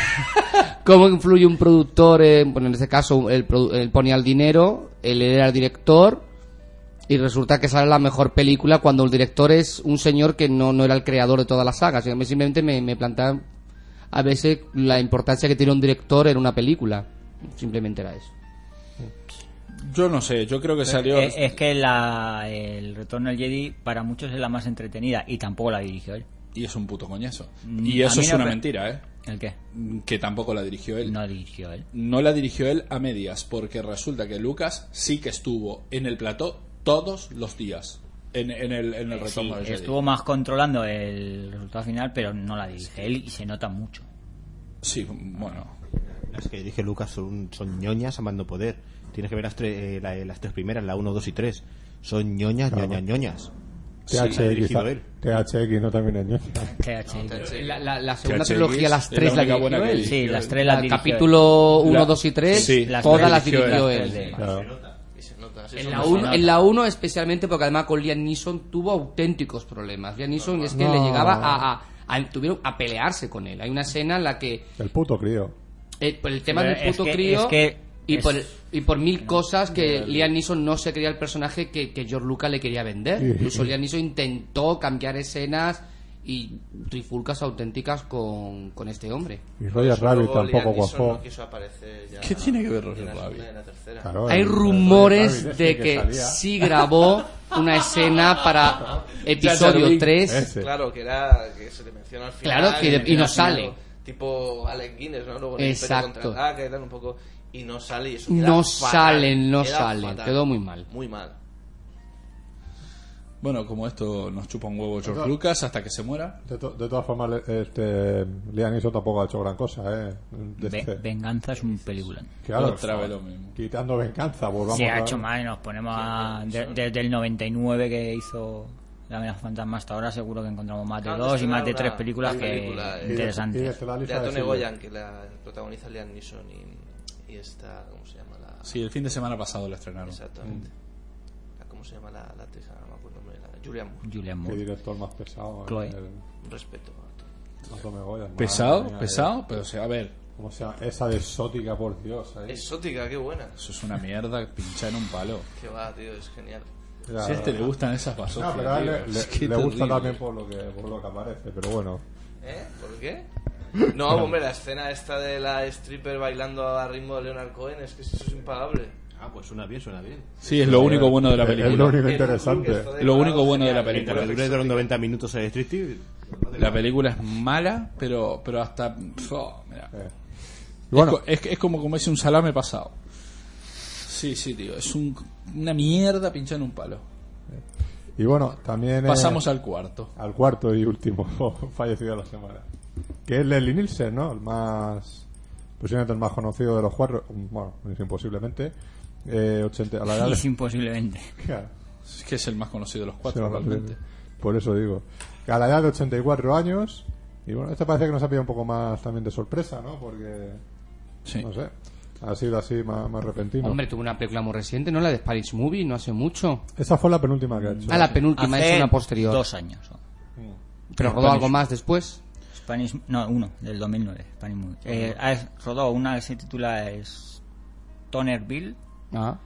Speaker 5: cómo influye un productor en- bueno en este caso él, produ- él ponía el dinero él era el director Y resulta que sale la mejor película cuando el director es un señor que no, no era el creador de toda la saga. sino que simplemente me, me plantea a veces la importancia que tiene un director en una película. Simplemente era eso.
Speaker 3: Yo no sé, yo creo que salió.
Speaker 2: Eh, Es, es que la, el Retorno al Jedi para muchos es la más entretenida y tampoco la dirigió él.
Speaker 3: Y es un puto coñazo.
Speaker 2: Mm,
Speaker 3: Y
Speaker 2: a
Speaker 3: eso
Speaker 2: mí
Speaker 3: es
Speaker 2: no
Speaker 3: una
Speaker 2: me-
Speaker 3: mentira, ¿eh?
Speaker 2: ¿El qué?
Speaker 3: Que tampoco la dirigió él.
Speaker 2: No dirigió él.
Speaker 3: no la dirigió él a medias, porque resulta que Lucas sí que estuvo en el plató todos los días. En, en el, en el
Speaker 2: Eh,
Speaker 3: retorno
Speaker 2: sí,
Speaker 3: del Jedi.
Speaker 2: estuvo más controlando el resultado final, pero no la dirige él y se nota mucho.
Speaker 3: Sí, bueno.
Speaker 6: Las que dirige Lucas son, son ñoñas amando poder. Tienes que ver las, tre- eh, la- las tres primeras, la 1, 2 y 3. Son ñoñas,
Speaker 1: Claro.
Speaker 6: ñoñas, ñoñas.
Speaker 3: Sí,
Speaker 1: THX,
Speaker 6: ha dirigido
Speaker 1: ta-
Speaker 6: él.
Speaker 1: THX no también es ñoño.
Speaker 2: Este
Speaker 5: La, la- la segunda
Speaker 3: THX
Speaker 5: trilogía, las
Speaker 3: es
Speaker 5: tres,
Speaker 3: la
Speaker 5: la,
Speaker 3: única
Speaker 5: dirigió
Speaker 3: buena que
Speaker 5: él.
Speaker 3: vi.
Speaker 2: Sí,
Speaker 3: dirigió
Speaker 2: las
Speaker 3: él.
Speaker 2: tres las
Speaker 5: Al
Speaker 2: dirigió él.
Speaker 5: capítulo 1,
Speaker 3: La-
Speaker 5: 2 y 3,
Speaker 3: sí,
Speaker 2: las
Speaker 5: todas
Speaker 2: tres
Speaker 5: las
Speaker 3: dirigió él.
Speaker 2: Las
Speaker 5: dirigió él.
Speaker 2: tres de-
Speaker 1: Claro.
Speaker 4: Y se nota. sí,
Speaker 5: En
Speaker 4: eso
Speaker 5: la
Speaker 4: no se
Speaker 5: uno-
Speaker 4: nota.
Speaker 5: En la 1 especialmente porque además con Liam Neeson tuvo auténticos problemas. Liam Neeson es que le
Speaker 1: No.
Speaker 5: llegaba a, a- a- tuvieron a pelearse con él. Hay una escena en la que
Speaker 1: El puto crío.
Speaker 5: eh, por el tema
Speaker 2: Pero
Speaker 5: del
Speaker 2: es
Speaker 5: puto
Speaker 2: que-
Speaker 5: crío
Speaker 2: es que
Speaker 5: y,
Speaker 2: es-
Speaker 5: por, y por mil cosas que Liam Neeson no se creía el personaje que, que George Lucas le quería vender.
Speaker 1: Sí.
Speaker 5: Incluso Liam Neeson intentó cambiar escenas y trifulcas auténticas con, con este hombre.
Speaker 1: Y Roger Rabbit
Speaker 4: Luego
Speaker 1: tampoco
Speaker 4: Liam Neeson
Speaker 1: guapó.
Speaker 4: no quiso aparecer ya
Speaker 3: ¿Qué tiene que ver Roger
Speaker 4: en la segunda
Speaker 3: Rabbit?
Speaker 4: y en la tercera.
Speaker 1: Claro,
Speaker 5: Hay
Speaker 1: el- Roger
Speaker 5: rumores
Speaker 1: Rabbit
Speaker 5: de
Speaker 1: ese
Speaker 5: que
Speaker 1: salía.
Speaker 5: sí grabó una escena para episodio
Speaker 3: Binks.
Speaker 5: 3.
Speaker 1: Ese.
Speaker 4: Claro, que era que se le menciona al final.
Speaker 5: Claro, que
Speaker 4: le
Speaker 5: de- y no
Speaker 4: menciona
Speaker 5: sale.
Speaker 4: al final, Tipo Alex Guinness, ¿no? Luego en el Imperio
Speaker 5: Exacto.
Speaker 4: contraataca y tal, un poco. Y no sale. Y eso queda
Speaker 5: No
Speaker 4: fatal,
Speaker 5: salen, no
Speaker 4: queda
Speaker 5: salen.
Speaker 4: fatal.
Speaker 5: Quedó muy mal.
Speaker 4: Muy mal.
Speaker 3: Bueno, como esto nos chupa un huevo George Lucas hasta que se muera.
Speaker 1: De, to- de todas formas, le- este, Liam Neeson tampoco ha hecho gran cosa, ¿eh? De
Speaker 2: Ve-
Speaker 1: este-
Speaker 2: Venganza es un película.
Speaker 1: Claro,
Speaker 3: Otra vez lo mismo.
Speaker 1: Quitando venganza, volvamos
Speaker 2: Se ha
Speaker 1: a-
Speaker 2: hecho mal y nos ponemos a- de- desde el 99 que hizo La amenaza fantasma hasta ahora seguro que encontramos más de
Speaker 4: Claro,
Speaker 2: dos
Speaker 4: esto
Speaker 2: y más
Speaker 4: era
Speaker 2: de
Speaker 4: una-
Speaker 2: tres películas
Speaker 4: una
Speaker 2: que
Speaker 1: Y
Speaker 4: película, eh.
Speaker 1: de- y de
Speaker 2: interesantes.
Speaker 1: Estelar y
Speaker 4: De
Speaker 1: Fabio
Speaker 4: Anthony
Speaker 1: Silva.
Speaker 4: Goyan, que la protagoniza Liam Neeson y, y esta. ¿Cómo se llama la.?
Speaker 3: Sí, el fin de semana pasado la estrenaron.
Speaker 4: Exactamente. La- ¿Cómo se llama la, la actriz? Ahora No me acuerdo el nombre. La, Julia Moore.
Speaker 2: Julian
Speaker 1: Qué
Speaker 2: Moore.
Speaker 1: director más pesado. eh,
Speaker 2: Chloe.
Speaker 1: el-
Speaker 4: Un respeto. para
Speaker 1: Antonio Goya, madre
Speaker 3: Pesado,
Speaker 1: mía,
Speaker 3: pesado, pero o sea, a ver,
Speaker 1: eh. Como sea, esa de exótica, por Dios.
Speaker 4: todo.
Speaker 1: ahí.
Speaker 4: Exótica, qué buena.
Speaker 3: eso es una mierda pincha en un palo.
Speaker 4: Que va, tío, es genial.
Speaker 1: Era-
Speaker 3: Si a este le gustan esas
Speaker 1: No,
Speaker 3: basofias,
Speaker 1: pero a él
Speaker 3: tío.
Speaker 1: le, le-
Speaker 3: Es que
Speaker 1: le gusta
Speaker 3: terrible.
Speaker 1: también por lo, que, por lo que aparece, pero bueno.
Speaker 4: ¿Eh? ¿Por qué? No, hombre, la escena esta de la stripper bailando a ritmo de Leonard Cohen, es que eso es impagable.
Speaker 6: Ah, pues suena bien, suena bien.
Speaker 3: Sí, es lo único bueno de la
Speaker 1: Eh, Es- Es lo
Speaker 3: película.
Speaker 1: único
Speaker 4: El
Speaker 1: interesante.
Speaker 4: look, esto
Speaker 3: Lo único
Speaker 4: parado,
Speaker 3: bueno de la
Speaker 4: genial.
Speaker 3: película.
Speaker 6: Mientras dure los 90 minutos el striptease,
Speaker 3: La película es mala, pero, pero hasta... Fo, mira.
Speaker 1: Eh.
Speaker 3: Bueno. Es, co- es, es como comerse un salame pasado. Sí, sí, tío. Es un- una mierda pinchada en un palo.
Speaker 1: Y bueno, también. eh,
Speaker 3: Pasamos al cuarto.
Speaker 1: al cuarto y último fallecido de la semana. Que es Leslie Nielsen, ¿no? El más. Posiblemente el más conocido de los cuatro. mm, Bueno, es imposiblemente. Eh, 80, a la edad
Speaker 2: Es imposiblemente.
Speaker 1: de.
Speaker 3: Es que es el más conocido de los
Speaker 1: Sí,
Speaker 3: cuatro, realmente.
Speaker 1: Por eso digo. A la edad de 84 años. Y bueno, esto parece que nos ha pillado un poco más también de sorpresa, ¿no? Porque.
Speaker 3: Sí.
Speaker 1: No sé. Ha sido así más, más repentino.
Speaker 5: Hombre, tuvo una película muy reciente, ¿no? La de Spanish Movie, no hace mucho.
Speaker 1: Esa fue la penúltima que ha hecho.
Speaker 5: Ah, la penúltima,
Speaker 2: Hace
Speaker 5: es una posterior.
Speaker 2: Dos años. ¿no?
Speaker 5: Pero rodó algo más después.
Speaker 2: Spanish, no, uno, del 2009. Spanish Movie. Eh, ha- rodó una que se titula es Tonerville
Speaker 5: Ah.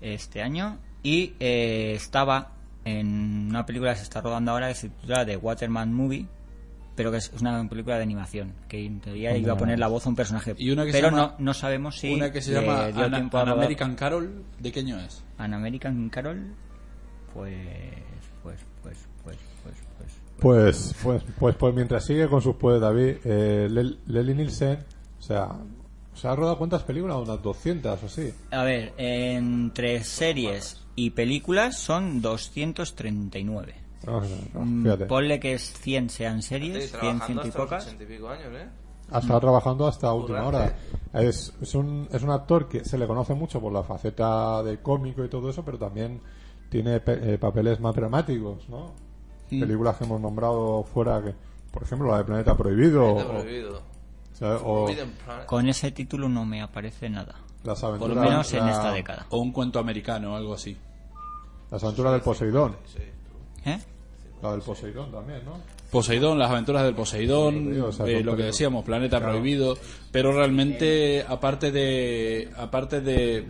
Speaker 2: este año y eh, estaba en una película que se está rodando ahora que se titula The Waterman Movie pero que es es una película de animación que en teoría iba a poner la voz a un personaje
Speaker 3: Y una que se
Speaker 2: pero
Speaker 3: llama-
Speaker 2: no, no sabemos si
Speaker 3: Una que se
Speaker 2: le
Speaker 3: llama
Speaker 2: dio
Speaker 3: Ana-
Speaker 2: tiempo a rodar.
Speaker 3: American Carol. ¿De qué año es?
Speaker 2: An American Carol pues pues pues pues pues pues
Speaker 1: Pues, pues, pues, pues mientras sigue con sus puede David, eh, Lel- Leslie Nielsen, o sea, ¿se ha rodado cuántas películas? Unas 200 o así.
Speaker 2: a ver entre series y películas son 239
Speaker 1: No, no, no,
Speaker 2: Mm,
Speaker 1: Ah, fíjate.
Speaker 2: ponle que es 100 sean
Speaker 4: Estoy
Speaker 2: series 100
Speaker 4: trabajando
Speaker 2: ciento y
Speaker 4: hasta los
Speaker 2: pocas
Speaker 4: 80 y pico años, ¿eh?
Speaker 1: Ha estado trabajando hasta última hora.
Speaker 4: Currante.
Speaker 1: Es, es, un, es un actor que se le conoce mucho por la faceta de cómico y todo eso, pero también tiene pe- eh, papeles más dramáticos, ¿no? Películas que hemos nombrado fuera, que, por ejemplo, la de Planeta Prohibido, o-
Speaker 4: Está prohibido.
Speaker 1: o, sea, o
Speaker 4: Forbidden Planet.
Speaker 2: Con ese título no me aparece nada.
Speaker 1: las
Speaker 2: Por
Speaker 1: aventuras,
Speaker 2: lo menos en
Speaker 1: Ah, la-
Speaker 2: esta década.
Speaker 3: O un cuento americano, algo así.
Speaker 1: las aventuras del Poseidón,
Speaker 4: Sí.
Speaker 2: ¿Eh?
Speaker 1: la del Poseidón también, ¿no?
Speaker 3: Poseidón, las aventuras del Poseidón,
Speaker 1: Sí, o sea, son
Speaker 3: eh, lo que
Speaker 1: películas.
Speaker 3: decíamos, Planeta
Speaker 1: Claro.
Speaker 3: Prohibido, pero realmente aparte de aparte de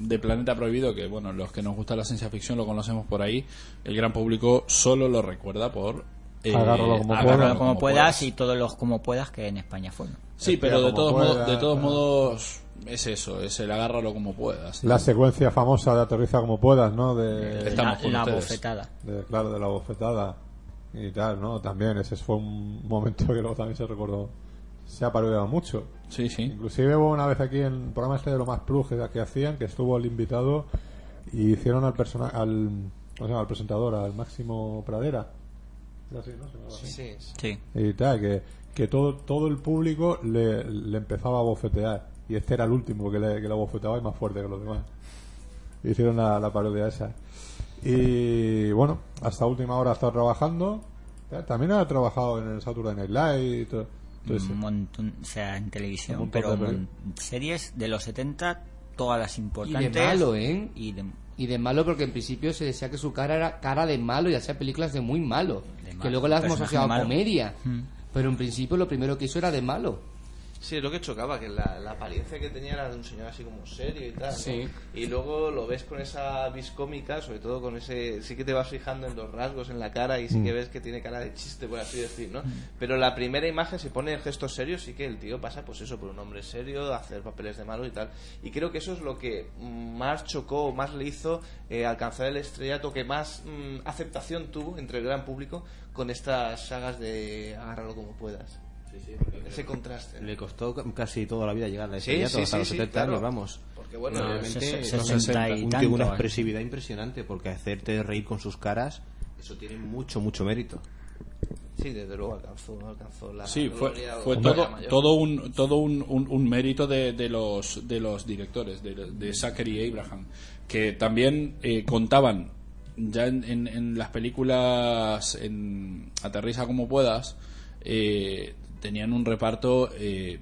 Speaker 3: de Planeta Prohibido, que bueno, los que nos gusta la ciencia ficción lo conocemos por ahí, el gran público solo lo recuerda por... eh,
Speaker 1: Agárralo como
Speaker 3: Agárralo
Speaker 1: puedas.
Speaker 2: Como, puedas, y todos los como puedas que en España fueron.
Speaker 3: Sí,
Speaker 1: Respira
Speaker 3: pero de
Speaker 1: como
Speaker 3: todos,
Speaker 1: puedas,
Speaker 3: modos, de todos
Speaker 1: ah.
Speaker 3: modos es eso, es el agárralo como puedas.
Speaker 1: La secuencia famosa de aterriza como puedas, ¿no? De,
Speaker 3: Estamos
Speaker 2: la
Speaker 3: con
Speaker 2: la
Speaker 3: ustedes.
Speaker 2: bofetada.
Speaker 1: de- claro, de la bofetada y tal, ¿no? También ese fue un momento que luego también se recordó. Se ha parodiado mucho.
Speaker 3: Sí, sí.
Speaker 1: Inclusive hubo una vez aquí en el programa este de lo más plus que, que hacían, que estuvo el invitado y hicieron al persona, al, ¿cómo se llama? al presentador, al Máximo Pradera. Era así, ¿no? Se llamaba.
Speaker 4: Sí, sí.
Speaker 2: Sí.
Speaker 1: Y tal, que, que todo, todo el público le, le empezaba a bofetear. Y este era el último que le, que le bofeteaba y más fuerte que los demás. Hicieron la, la parodia esa. Y bueno, hasta última hora ha estado trabajando. Ya, También ha trabajado en el Saturday Night Live y todo. todo eso.
Speaker 2: un
Speaker 3: Mm.
Speaker 2: montón, o sea, en televisión,
Speaker 1: Un montón
Speaker 2: pero
Speaker 1: de
Speaker 2: mon- series de los 70, todas las importantes.
Speaker 5: malo, ¿eh?
Speaker 2: Y de-
Speaker 5: Y de malo porque en principio se decía que su cara era cara de malo y hacía películas de muy malo.
Speaker 2: De
Speaker 5: que
Speaker 2: malo,
Speaker 5: luego las hemos
Speaker 2: personaje
Speaker 5: asociado
Speaker 2: de
Speaker 5: a
Speaker 2: malo.
Speaker 5: comedia.
Speaker 2: Mm.
Speaker 5: Pero en principio lo primero que hizo era de malo.
Speaker 4: Sí, es lo que chocaba, que la, la apariencia que tenía era de un señor así como serio y tal. ¿no?
Speaker 5: Sí.
Speaker 4: Y luego lo ves con esa vis cómica, sobre todo con ese. Sí que te vas fijando en los rasgos, en la cara, y sí que ves que tiene cara de chiste, por así decir, ¿no? Pero la primera imagen se pone en gestos serios, sí que el tío pasa, pues eso, por un hombre serio, a hacer papeles de malo y tal. Y creo que eso es lo que más chocó, más le hizo eh, alcanzar el estrellato, que más mm, aceptación tuvo entre el gran público con estas sagas de agárralo como puedas. Ese contraste.
Speaker 6: Le costó ca- casi toda la vida llegar a
Speaker 4: Sí,
Speaker 6: ese
Speaker 4: sí,
Speaker 6: hasta
Speaker 4: sí,
Speaker 6: los
Speaker 4: sí,
Speaker 6: 70
Speaker 4: claro.
Speaker 6: años, vamos.
Speaker 4: Porque bueno,
Speaker 6: No,
Speaker 4: realmente-
Speaker 6: realmente,
Speaker 2: ses-
Speaker 6: los
Speaker 2: 60 y
Speaker 6: un tío
Speaker 2: tanto,
Speaker 6: una
Speaker 2: eh.
Speaker 6: expresividad impresionante, porque hacerte reír con sus caras, eso tiene mucho, mucho mérito.
Speaker 4: sí, desde luego alcanzó, alcanzó la
Speaker 3: Sí, fue,
Speaker 4: gloria o
Speaker 3: fue
Speaker 4: la
Speaker 3: todo,
Speaker 4: mayor.
Speaker 3: todo un todo un, un- un mérito de, de los de los directores de, de Zachary y Abraham que también eh, contaban ya en, en- en las películas en Aterriza como puedas eh, tenían un reparto eh,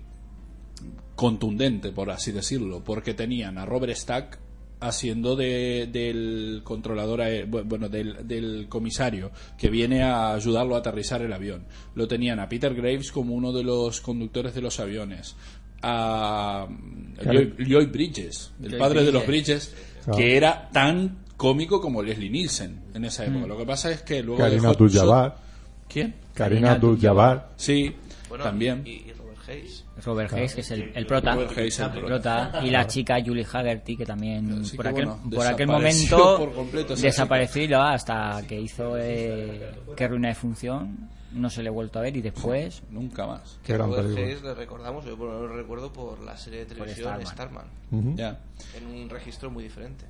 Speaker 3: contundente por así decirlo porque tenían a Robert Stack haciendo de- del controlador ae- bu- bueno del, del comisario que viene a ayudarlo a aterrizar el avión lo tenían a Peter Graves como uno de los conductores de los aviones a Lloyd, Lloyd Bridges el
Speaker 2: Lloyd
Speaker 3: padre de los
Speaker 2: Bridges.
Speaker 3: Bridges
Speaker 1: Claro.
Speaker 3: que era tan cómico como Leslie Nielsen en esa época lo que pasa es que luego
Speaker 1: Karina
Speaker 3: dejó-
Speaker 1: Abdul-Jabbar.
Speaker 3: quién
Speaker 1: Karina Abdul-Jabbar.
Speaker 3: sí
Speaker 4: Bueno,
Speaker 3: también
Speaker 4: Y, y Robert Hayes.
Speaker 2: Robert Hayes, que es el, el prota.
Speaker 3: Robert Hayes, el
Speaker 2: Ah,
Speaker 3: prota.
Speaker 2: prota. Y la chica Julie Haggerty, que también
Speaker 3: Así
Speaker 2: por,
Speaker 3: que,
Speaker 2: aquel,
Speaker 3: bueno,
Speaker 2: por aquel
Speaker 3: desapareció
Speaker 2: momento
Speaker 3: por completo esa
Speaker 2: desapareció y luego hasta que hizo eh, que ruina de función. No se le ha vuelto a ver y después.
Speaker 3: nunca más
Speaker 1: Qué gran
Speaker 4: Robert
Speaker 1: película.
Speaker 4: Hayes le recordamos, yo por- lo recuerdo por la serie de televisión
Speaker 2: Starman.
Speaker 4: Starman.
Speaker 1: Ujú.
Speaker 3: ya
Speaker 4: en un registro muy diferente.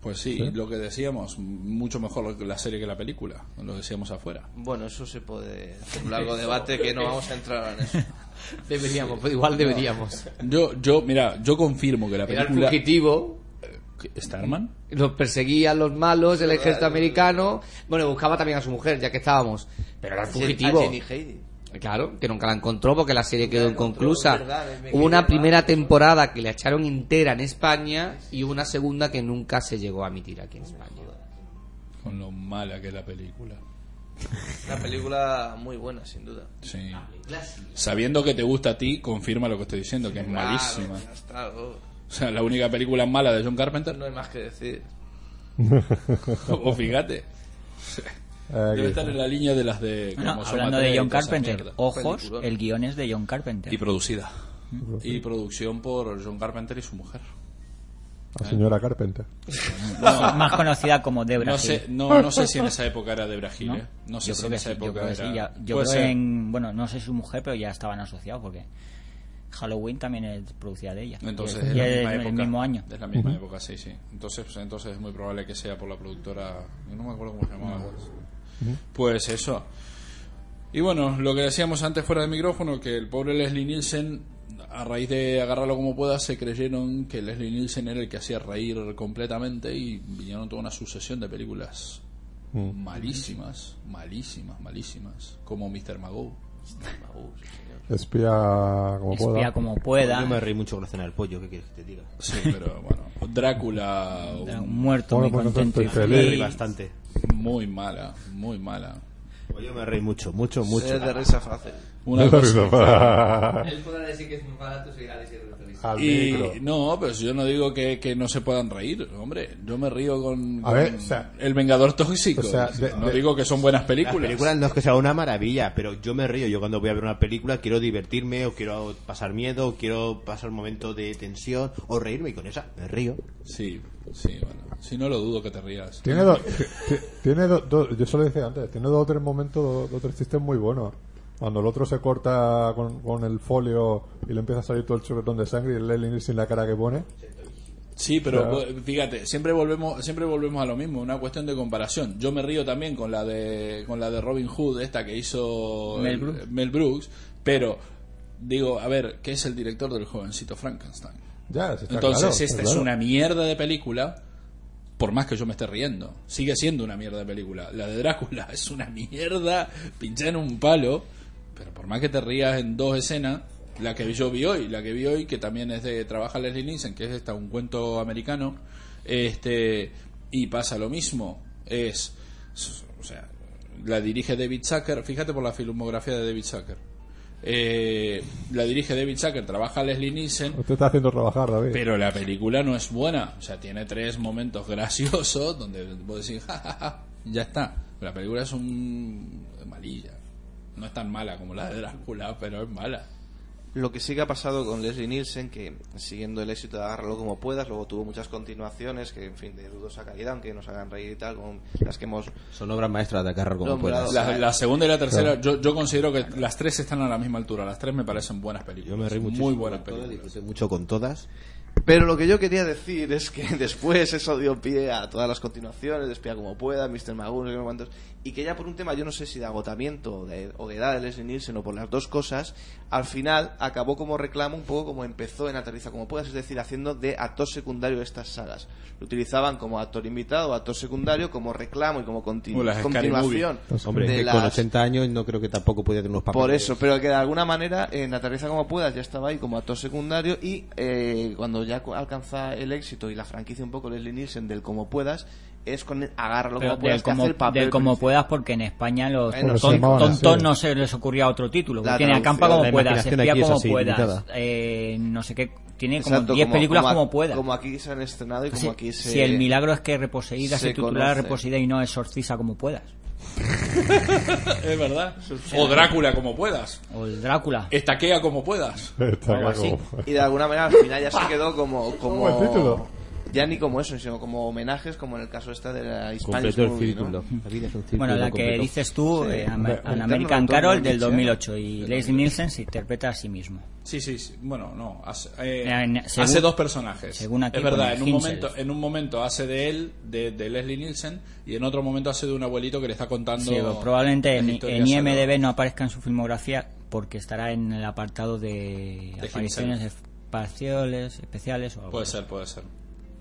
Speaker 3: Pues sí, lo que decíamos, mucho mejor lo que- la serie que la película, lo decíamos afuera.
Speaker 4: Bueno, eso se puede hacer un largo debate que no vamos a entrar en eso.
Speaker 5: Deberíamos, pero igual deberíamos.
Speaker 3: Yo, yo, mira, yo confirmo que la
Speaker 5: Era el
Speaker 3: película...
Speaker 5: fugitivo.
Speaker 3: ¿Starman?
Speaker 5: Los perseguían los malos, el ejército americano. Bueno, buscaba también a su mujer, ya que estábamos. Pero era el
Speaker 4: A
Speaker 5: fugitivo.
Speaker 4: Jenny Heidi.
Speaker 5: Claro, que nunca la encontró porque la serie quedó
Speaker 4: la encontró,
Speaker 5: inconclusa.
Speaker 4: es verdad, es
Speaker 5: Hubo una
Speaker 4: Miguel
Speaker 5: primera
Speaker 4: Hernández.
Speaker 5: temporada que la echaron entera en España y una segunda que nunca se llegó a emitir aquí en España.
Speaker 3: Con lo mala que es la película.
Speaker 4: Una película muy buena, sin duda.
Speaker 3: Sí. Sabiendo que te gusta a ti, confirma lo que estoy diciendo, que es malísima.
Speaker 4: Claro, ya está, oh,
Speaker 3: O sea, la única película mala de John Carpenter.
Speaker 4: no hay más que decir.
Speaker 3: o fíjate,
Speaker 1: Eh,
Speaker 3: debe
Speaker 1: que-
Speaker 3: estar en la línea de las de...
Speaker 2: Bueno,
Speaker 3: Cromosoma
Speaker 2: Ah, hablando
Speaker 3: 3
Speaker 2: de
Speaker 3: y
Speaker 2: John
Speaker 3: toda esa
Speaker 2: Carpenter,
Speaker 3: mierda.
Speaker 2: ojos,
Speaker 4: Peliculón.
Speaker 2: el guion es de John Carpenter.
Speaker 3: Y producida. Y producción por John Carpenter y su mujer.
Speaker 1: La señora Carpenter.
Speaker 2: Más conocida como Debra.
Speaker 3: No sé, no, no sé si en esa época era de Brasil,
Speaker 2: ¿no?
Speaker 3: ¿eh? No sé
Speaker 2: yo
Speaker 3: si
Speaker 2: creo
Speaker 3: en
Speaker 2: que
Speaker 3: esa
Speaker 2: sí, yo
Speaker 3: época
Speaker 2: creo que
Speaker 3: era...
Speaker 2: sí, ya- yo
Speaker 3: Puede
Speaker 2: creo
Speaker 3: ser.
Speaker 2: en, bueno, no sé su mujer, pero ya estaban asociados porque Halloween también es producida de ella.
Speaker 3: Entonces,
Speaker 2: y
Speaker 3: es
Speaker 2: es, y
Speaker 3: la
Speaker 2: es
Speaker 3: misma
Speaker 2: el
Speaker 3: época.
Speaker 2: mismo año.
Speaker 3: Es la misma época, sí, sí. Entonces, pues, entonces es muy probable que sea por la productora. yo no me acuerdo cómo se llamaba. Pues eso. Y bueno, lo que decíamos antes fuera del micrófono, que el pobre Leslie Nielsen, a raíz de agarrarlo como pueda, se creyeron que Leslie Nielsen era el que hacía reír completamente y vinieron toda una sucesión de películas malísimas, malísimas, malísimas, como Mr. Magoo.
Speaker 1: Espía como
Speaker 2: Espía
Speaker 1: pueda.
Speaker 2: como
Speaker 6: Pues Yo
Speaker 2: pueda.
Speaker 6: me reí mucho gracias al pollo, ¿qué quieres que te diga?
Speaker 3: Sí, pero bueno, Drácula, un-
Speaker 2: Muerto,
Speaker 1: Bueno,
Speaker 2: muy
Speaker 1: pues,
Speaker 2: contento y
Speaker 1: entonces,
Speaker 6: Me reí
Speaker 2: feliz.
Speaker 6: bastante.
Speaker 3: muy mala, muy mala.
Speaker 6: Pues yo me reí mucho, mucho, mucho.
Speaker 4: Es de risa fácil.
Speaker 3: Una cosa.
Speaker 7: Él podrá decir que es muy barato si Alex es brutalista.
Speaker 1: Al
Speaker 3: Y
Speaker 1: micro.
Speaker 3: no, pero si yo no digo que, que no se puedan reír, hombre, yo me río con,
Speaker 1: A ver,
Speaker 3: con
Speaker 1: o sea,
Speaker 3: El Vengador Tóxico.
Speaker 1: o sea, de-
Speaker 3: no
Speaker 1: de-
Speaker 3: digo que son buenas películas.
Speaker 6: Las películas no es que sea una maravilla, pero yo me río. Yo cuando voy a ver una película quiero divertirme, o quiero pasar miedo, o quiero pasar un momento de tensión, o reírme, y con esa me río.
Speaker 3: Sí, sí, bueno. Si no lo dudo que te rías.
Speaker 1: Tiene dos, ti- ti- tiene dos, dos- yo se lo decía antes, tiene dos o tres momentos, dos, dos o tres chistes muy buenos. Cuando el otro se corta con, con el folio y le empieza a salir todo el chorretón de sangre y el Lenin sin la cara que pone.
Speaker 3: Sí, pero
Speaker 1: Claro.
Speaker 3: eh, fíjate, siempre volvemos, siempre volvemos a lo mismo, una cuestión de comparación. Yo me río también con la de, con la de Robin Hood, esta que hizo
Speaker 2: Mel
Speaker 3: el-
Speaker 2: Brooks.
Speaker 3: Mel Brooks, pero digo, a ver, ¿qué es el director del jovencito Frankenstein?
Speaker 1: Ya, si está
Speaker 3: Entonces,
Speaker 1: claro,
Speaker 3: esta
Speaker 1: está
Speaker 3: es
Speaker 1: claro.
Speaker 3: una mierda de película, por más que yo me esté riendo. Sigue siendo una mierda de película. La de Drácula es una mierda pinchada en un palo, pero por más que te rías en dos escenas, la que yo vi hoy, la que vi hoy, que también es de Trabaja Leslie Nielsen, que es esta, un cuento americano, este y pasa lo mismo. Es, o sea, la dirige David Zucker, fíjate por la filmografía de David Zucker. Eh, la dirige David Zucker, trabaja Leslie Nielsen,
Speaker 1: Usted está haciendo trabajar, David.
Speaker 3: pero la película no es buena. O sea, tiene tres momentos graciosos donde vos decís, "Ja, ja, ja", ya está. La película es un. malilla. No es tan mala como la de Drácula, pero es mala.
Speaker 4: Lo que sí que ha pasado con Leslie Nielsen, que siguiendo el éxito de Agárralo como puedas, luego tuvo muchas continuaciones, que en fin, de dudosa calidad, aunque nos hagan reír y tal, como las que hemos...
Speaker 6: Son obras maestras de agarrar como
Speaker 4: No,
Speaker 6: puedas.
Speaker 4: bravo.
Speaker 3: La, la segunda y la tercera, yo, yo considero que las tres están a la misma altura. Las tres me parecen buenas películas.
Speaker 6: Yo me reí muchísimo
Speaker 3: Muy buenas
Speaker 6: con todas,
Speaker 3: películas.
Speaker 6: disfruté mucho con todas.
Speaker 4: Pero lo que yo quería decir es que después eso dio pie a todas las continuaciones, despía como pueda, Mr. Magoo, no sé cuántos, y que ya por un tema, yo no sé si de agotamiento o de, o de edad de Leslie Nielsen o por las dos cosas, al final acabó como reclamo un poco como empezó en Aterriza como puedas, es decir, haciendo de actor secundario de estas sagas. Lo utilizaban como actor invitado, actor secundario, como reclamo y como continu-
Speaker 3: O las Scary
Speaker 4: continuación.
Speaker 6: Hombre,
Speaker 4: de
Speaker 6: es que
Speaker 4: las-
Speaker 6: con 80 años no creo que tampoco podía tener unos papeles.
Speaker 4: por eso, pero que de alguna manera eh, en Aterriza como puedas ya estaba ahí como actor secundario y eh, cuando ya cu- alcanza el éxito y la franquicia un poco Leslie Nielsen del como puedas, es con el agárralo
Speaker 2: Pero
Speaker 4: como puedas
Speaker 2: del
Speaker 4: que hace
Speaker 2: como,
Speaker 4: el papel.
Speaker 2: del como
Speaker 4: principal.
Speaker 2: puedas, porque en España los
Speaker 4: Bueno,
Speaker 2: ton-
Speaker 4: se llamaban
Speaker 2: tontos
Speaker 1: así.
Speaker 2: no se les ocurría otro título.
Speaker 4: La
Speaker 2: tiene acampa
Speaker 4: traducción,
Speaker 2: como
Speaker 6: la
Speaker 2: puedas,
Speaker 6: imaginación
Speaker 2: espía
Speaker 6: aquí es
Speaker 2: como
Speaker 6: así,
Speaker 2: puedas,
Speaker 6: limitada.
Speaker 2: eh, no sé qué. Tiene
Speaker 4: Exacto,
Speaker 2: como 10 películas como,
Speaker 4: a-
Speaker 2: puedas.
Speaker 4: Como aquí se han estrenado y como
Speaker 2: si,
Speaker 4: aquí se...
Speaker 2: si el milagro es que reposeída se,
Speaker 4: se
Speaker 2: titula
Speaker 4: conoce.
Speaker 2: reposeída y no exorcisa como puedas.
Speaker 3: Es verdad. O Drácula como puedas.
Speaker 2: O el Drácula.
Speaker 3: Estaquea como puedas.
Speaker 1: Está
Speaker 2: Algo así.
Speaker 1: como-
Speaker 4: Y de alguna manera al final ya se quedó como... como...
Speaker 1: buen título.
Speaker 4: Ya ni como eso, sino como homenajes, como en el caso esta de la Hispanic
Speaker 6: Completó el
Speaker 4: Movie, ¿no?
Speaker 6: círculo. La vida es un círculo
Speaker 2: Bueno, la que
Speaker 6: completo.
Speaker 2: dices tú, eh, Ama-
Speaker 1: Hombre,
Speaker 2: An
Speaker 4: el
Speaker 2: American
Speaker 4: eterno retorno
Speaker 2: Carol
Speaker 4: de
Speaker 2: del
Speaker 4: Nietzsche.
Speaker 2: 2008
Speaker 6: ¿eh?
Speaker 2: y Leslie Nielsen se interpreta a sí mismo.
Speaker 3: Sí, sí, sí. bueno, no, hace, eh,
Speaker 2: Eh, en-
Speaker 3: hace
Speaker 2: según-
Speaker 3: dos personajes.
Speaker 2: según aquí
Speaker 3: es verdad,
Speaker 2: pone
Speaker 3: en un,
Speaker 2: himself.
Speaker 3: momento, en un momento hace de él, de, de Leslie Nielsen, y en otro momento hace de un abuelito que le está contando...
Speaker 2: Sí, pues, probablemente
Speaker 3: las
Speaker 2: en,
Speaker 3: historias
Speaker 2: en
Speaker 3: a
Speaker 2: IMDB no aparezca en su filmografía porque estará en el apartado de,
Speaker 3: De
Speaker 2: apariciones espaciales, especiales o algo
Speaker 3: Puede
Speaker 2: así.
Speaker 3: ser, puede ser.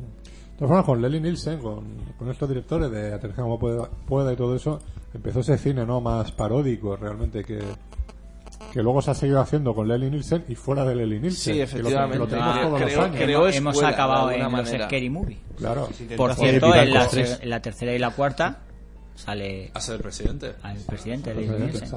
Speaker 1: De todas formas, con Lely Nielsen, con, con estos directores de Aterrizar como pueda, pueda y todo eso, empezó ese cine no más paródico realmente que, que luego se ha seguido haciendo con Lely Nielsen y fuera de Lely Nielsen.
Speaker 4: Sí,
Speaker 1: que lo- que Lo,
Speaker 4: efectivamente.
Speaker 1: tenemos
Speaker 4: Ah,
Speaker 1: todos
Speaker 4: creo-
Speaker 1: los años.
Speaker 4: creo-
Speaker 2: Hemos-
Speaker 4: escuela,
Speaker 2: hemos
Speaker 4: de
Speaker 2: acabado
Speaker 4: alguna
Speaker 2: en
Speaker 4: manera.
Speaker 2: los Scary Movie.
Speaker 1: Claro. Pues
Speaker 2: Por
Speaker 6: Joder,
Speaker 2: cierto,
Speaker 6: Vivan
Speaker 2: en la,
Speaker 6: los tres.
Speaker 2: en la tercera y la cuarta sale
Speaker 3: Hace del presidente.
Speaker 2: al presidente Leslie
Speaker 1: Exactamente.
Speaker 2: Nielsen.
Speaker 1: Pues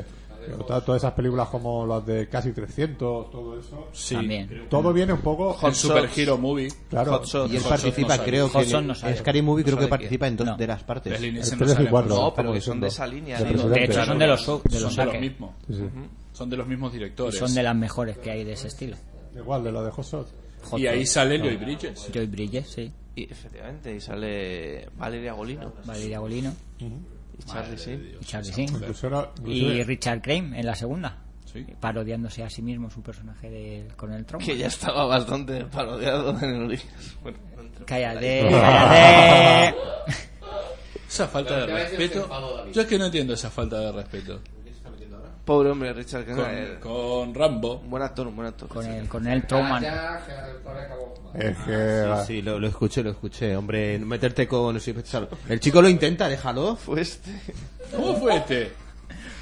Speaker 1: Exactamente. Pero ta- Todas esas películas como las de casi 300, todo eso.
Speaker 3: Sí.
Speaker 2: También.
Speaker 1: Todo viene un poco.
Speaker 3: En Super Hero Movie.
Speaker 1: Claro.
Speaker 4: Hot Shots.
Speaker 6: Y él
Speaker 3: Hot
Speaker 6: participa,
Speaker 3: Shot no
Speaker 6: creo
Speaker 2: sale.
Speaker 6: que.
Speaker 2: Hot Shot no sale.
Speaker 6: Scary Movie creo
Speaker 4: sale
Speaker 6: que participa en dos
Speaker 2: No.
Speaker 6: de las partes.
Speaker 3: Leslie
Speaker 1: El
Speaker 3: Nielsen no
Speaker 1: 3 y
Speaker 3: sale.
Speaker 1: 4.
Speaker 4: No, pero
Speaker 1: estamos
Speaker 4: que son
Speaker 1: diciendo.
Speaker 4: de esa línea,
Speaker 1: Del
Speaker 4: ¿no? De
Speaker 2: De
Speaker 1: presidente.
Speaker 2: hecho, son de los, de los,
Speaker 3: son de
Speaker 2: Saque.
Speaker 3: los mismos.
Speaker 1: Sí, sí.
Speaker 3: Son de los mismos
Speaker 2: Y
Speaker 3: directores.
Speaker 2: son de las mejores que hay de ese estilo.
Speaker 1: Igual, de la de Hot Shots.
Speaker 2: Hot
Speaker 3: Y ahí
Speaker 2: Dog,
Speaker 3: sale Lloyd Bridges.
Speaker 2: Joy Bridges, sí.
Speaker 4: Y efectivamente, y sale Valeria Golino
Speaker 2: Valeria Golino
Speaker 4: y Charlie Sheen.
Speaker 2: y Charlie Sheen.
Speaker 1: Incluso era- inclusive-
Speaker 2: Y Richard Crane en la segunda.
Speaker 3: Sí.
Speaker 2: Parodiándose a sí mismo su personaje del Coronel Trump.
Speaker 4: Que ya estaba bastante parodiado en el origen. Bueno, no entró.
Speaker 2: Cállate, cállate.
Speaker 3: Esa falta de respeto. Yo es que no entiendo esa falta de respeto.
Speaker 4: Pobre hombre, Richard Gere.
Speaker 3: Con, con Rambo.
Speaker 4: Un buen actor, un buen actor.
Speaker 2: Con el Coronel Truman.
Speaker 7: Ya, ya, ahora acabó.
Speaker 1: Es que.
Speaker 6: Sí, sí, lo, lo escuché, lo escuché. Hombre, no meterte con. sí, pensarlo. El chico lo intenta, déjalo.
Speaker 4: Fue este.
Speaker 3: ¿Cómo fue este?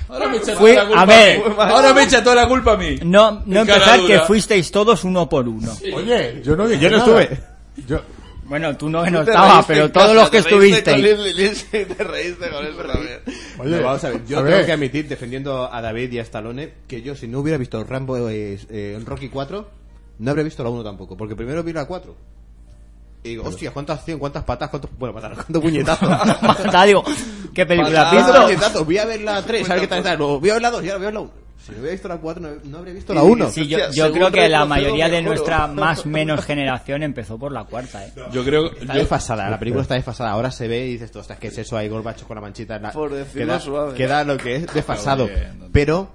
Speaker 3: Ahora me echa
Speaker 2: Fue-
Speaker 3: toda la culpa
Speaker 2: a
Speaker 3: a
Speaker 2: ver.
Speaker 3: mí. Ahora me echa toda la culpa a mí.
Speaker 2: No, no
Speaker 3: Cara
Speaker 2: empezar que
Speaker 3: dura.
Speaker 2: fuisteis todos uno por uno.
Speaker 1: Oye, eh, yo no dije
Speaker 6: Yo no
Speaker 1: nada.
Speaker 6: estuve.
Speaker 1: Yo,
Speaker 2: Bueno, tú no, no
Speaker 4: Te
Speaker 2: estabas,
Speaker 4: reíste
Speaker 2: pero
Speaker 4: en casa,
Speaker 2: todos los que
Speaker 4: te reíste
Speaker 2: estuvisteis.
Speaker 4: con Leslie Lindsay, te reíste con eso también.
Speaker 1: Oye,
Speaker 6: No, vamos a ver, yo
Speaker 1: a
Speaker 6: tengo
Speaker 1: ver.
Speaker 6: que admitir, defendiendo a David y a Stallone, que yo si no hubiera visto Rambo eh, eh, Rocky 4, no habría visto la 1 tampoco, porque primero vi la 4. Y digo, hostia, ¿cuántas acción, cuántas patas, cuántos, bueno, patas, no, cuántos puñetazos?
Speaker 2: Basta, digo, ¿qué película has
Speaker 4: Basta.
Speaker 6: ¿Cuántos
Speaker 2: visto?
Speaker 6: puñetazos? Voy a ver la 3, a ver qué tal está. Luego voy a ver la 2 y ahora voy a ver la 1. Si no hubiera visto la 4, no, no habría visto la 1.
Speaker 2: Sí, yo,
Speaker 4: Hostia,
Speaker 2: yo
Speaker 4: según
Speaker 2: creo que la
Speaker 4: retrocedo,
Speaker 2: mayoría de
Speaker 4: me juro.
Speaker 2: nuestra más menos generación empezó por la cuarta, ¿eh?
Speaker 3: Yo creo.
Speaker 6: Está
Speaker 3: yo-
Speaker 6: desfasada, la película está desfasada. Ahora se ve y dices, ostras, ¿qué es eso? Hay gorbachos con la manchita. en la-
Speaker 4: Por decirlo
Speaker 6: queda,
Speaker 4: suave.
Speaker 6: Queda lo que es desfasado.
Speaker 3: Está bien, no te-
Speaker 6: Pero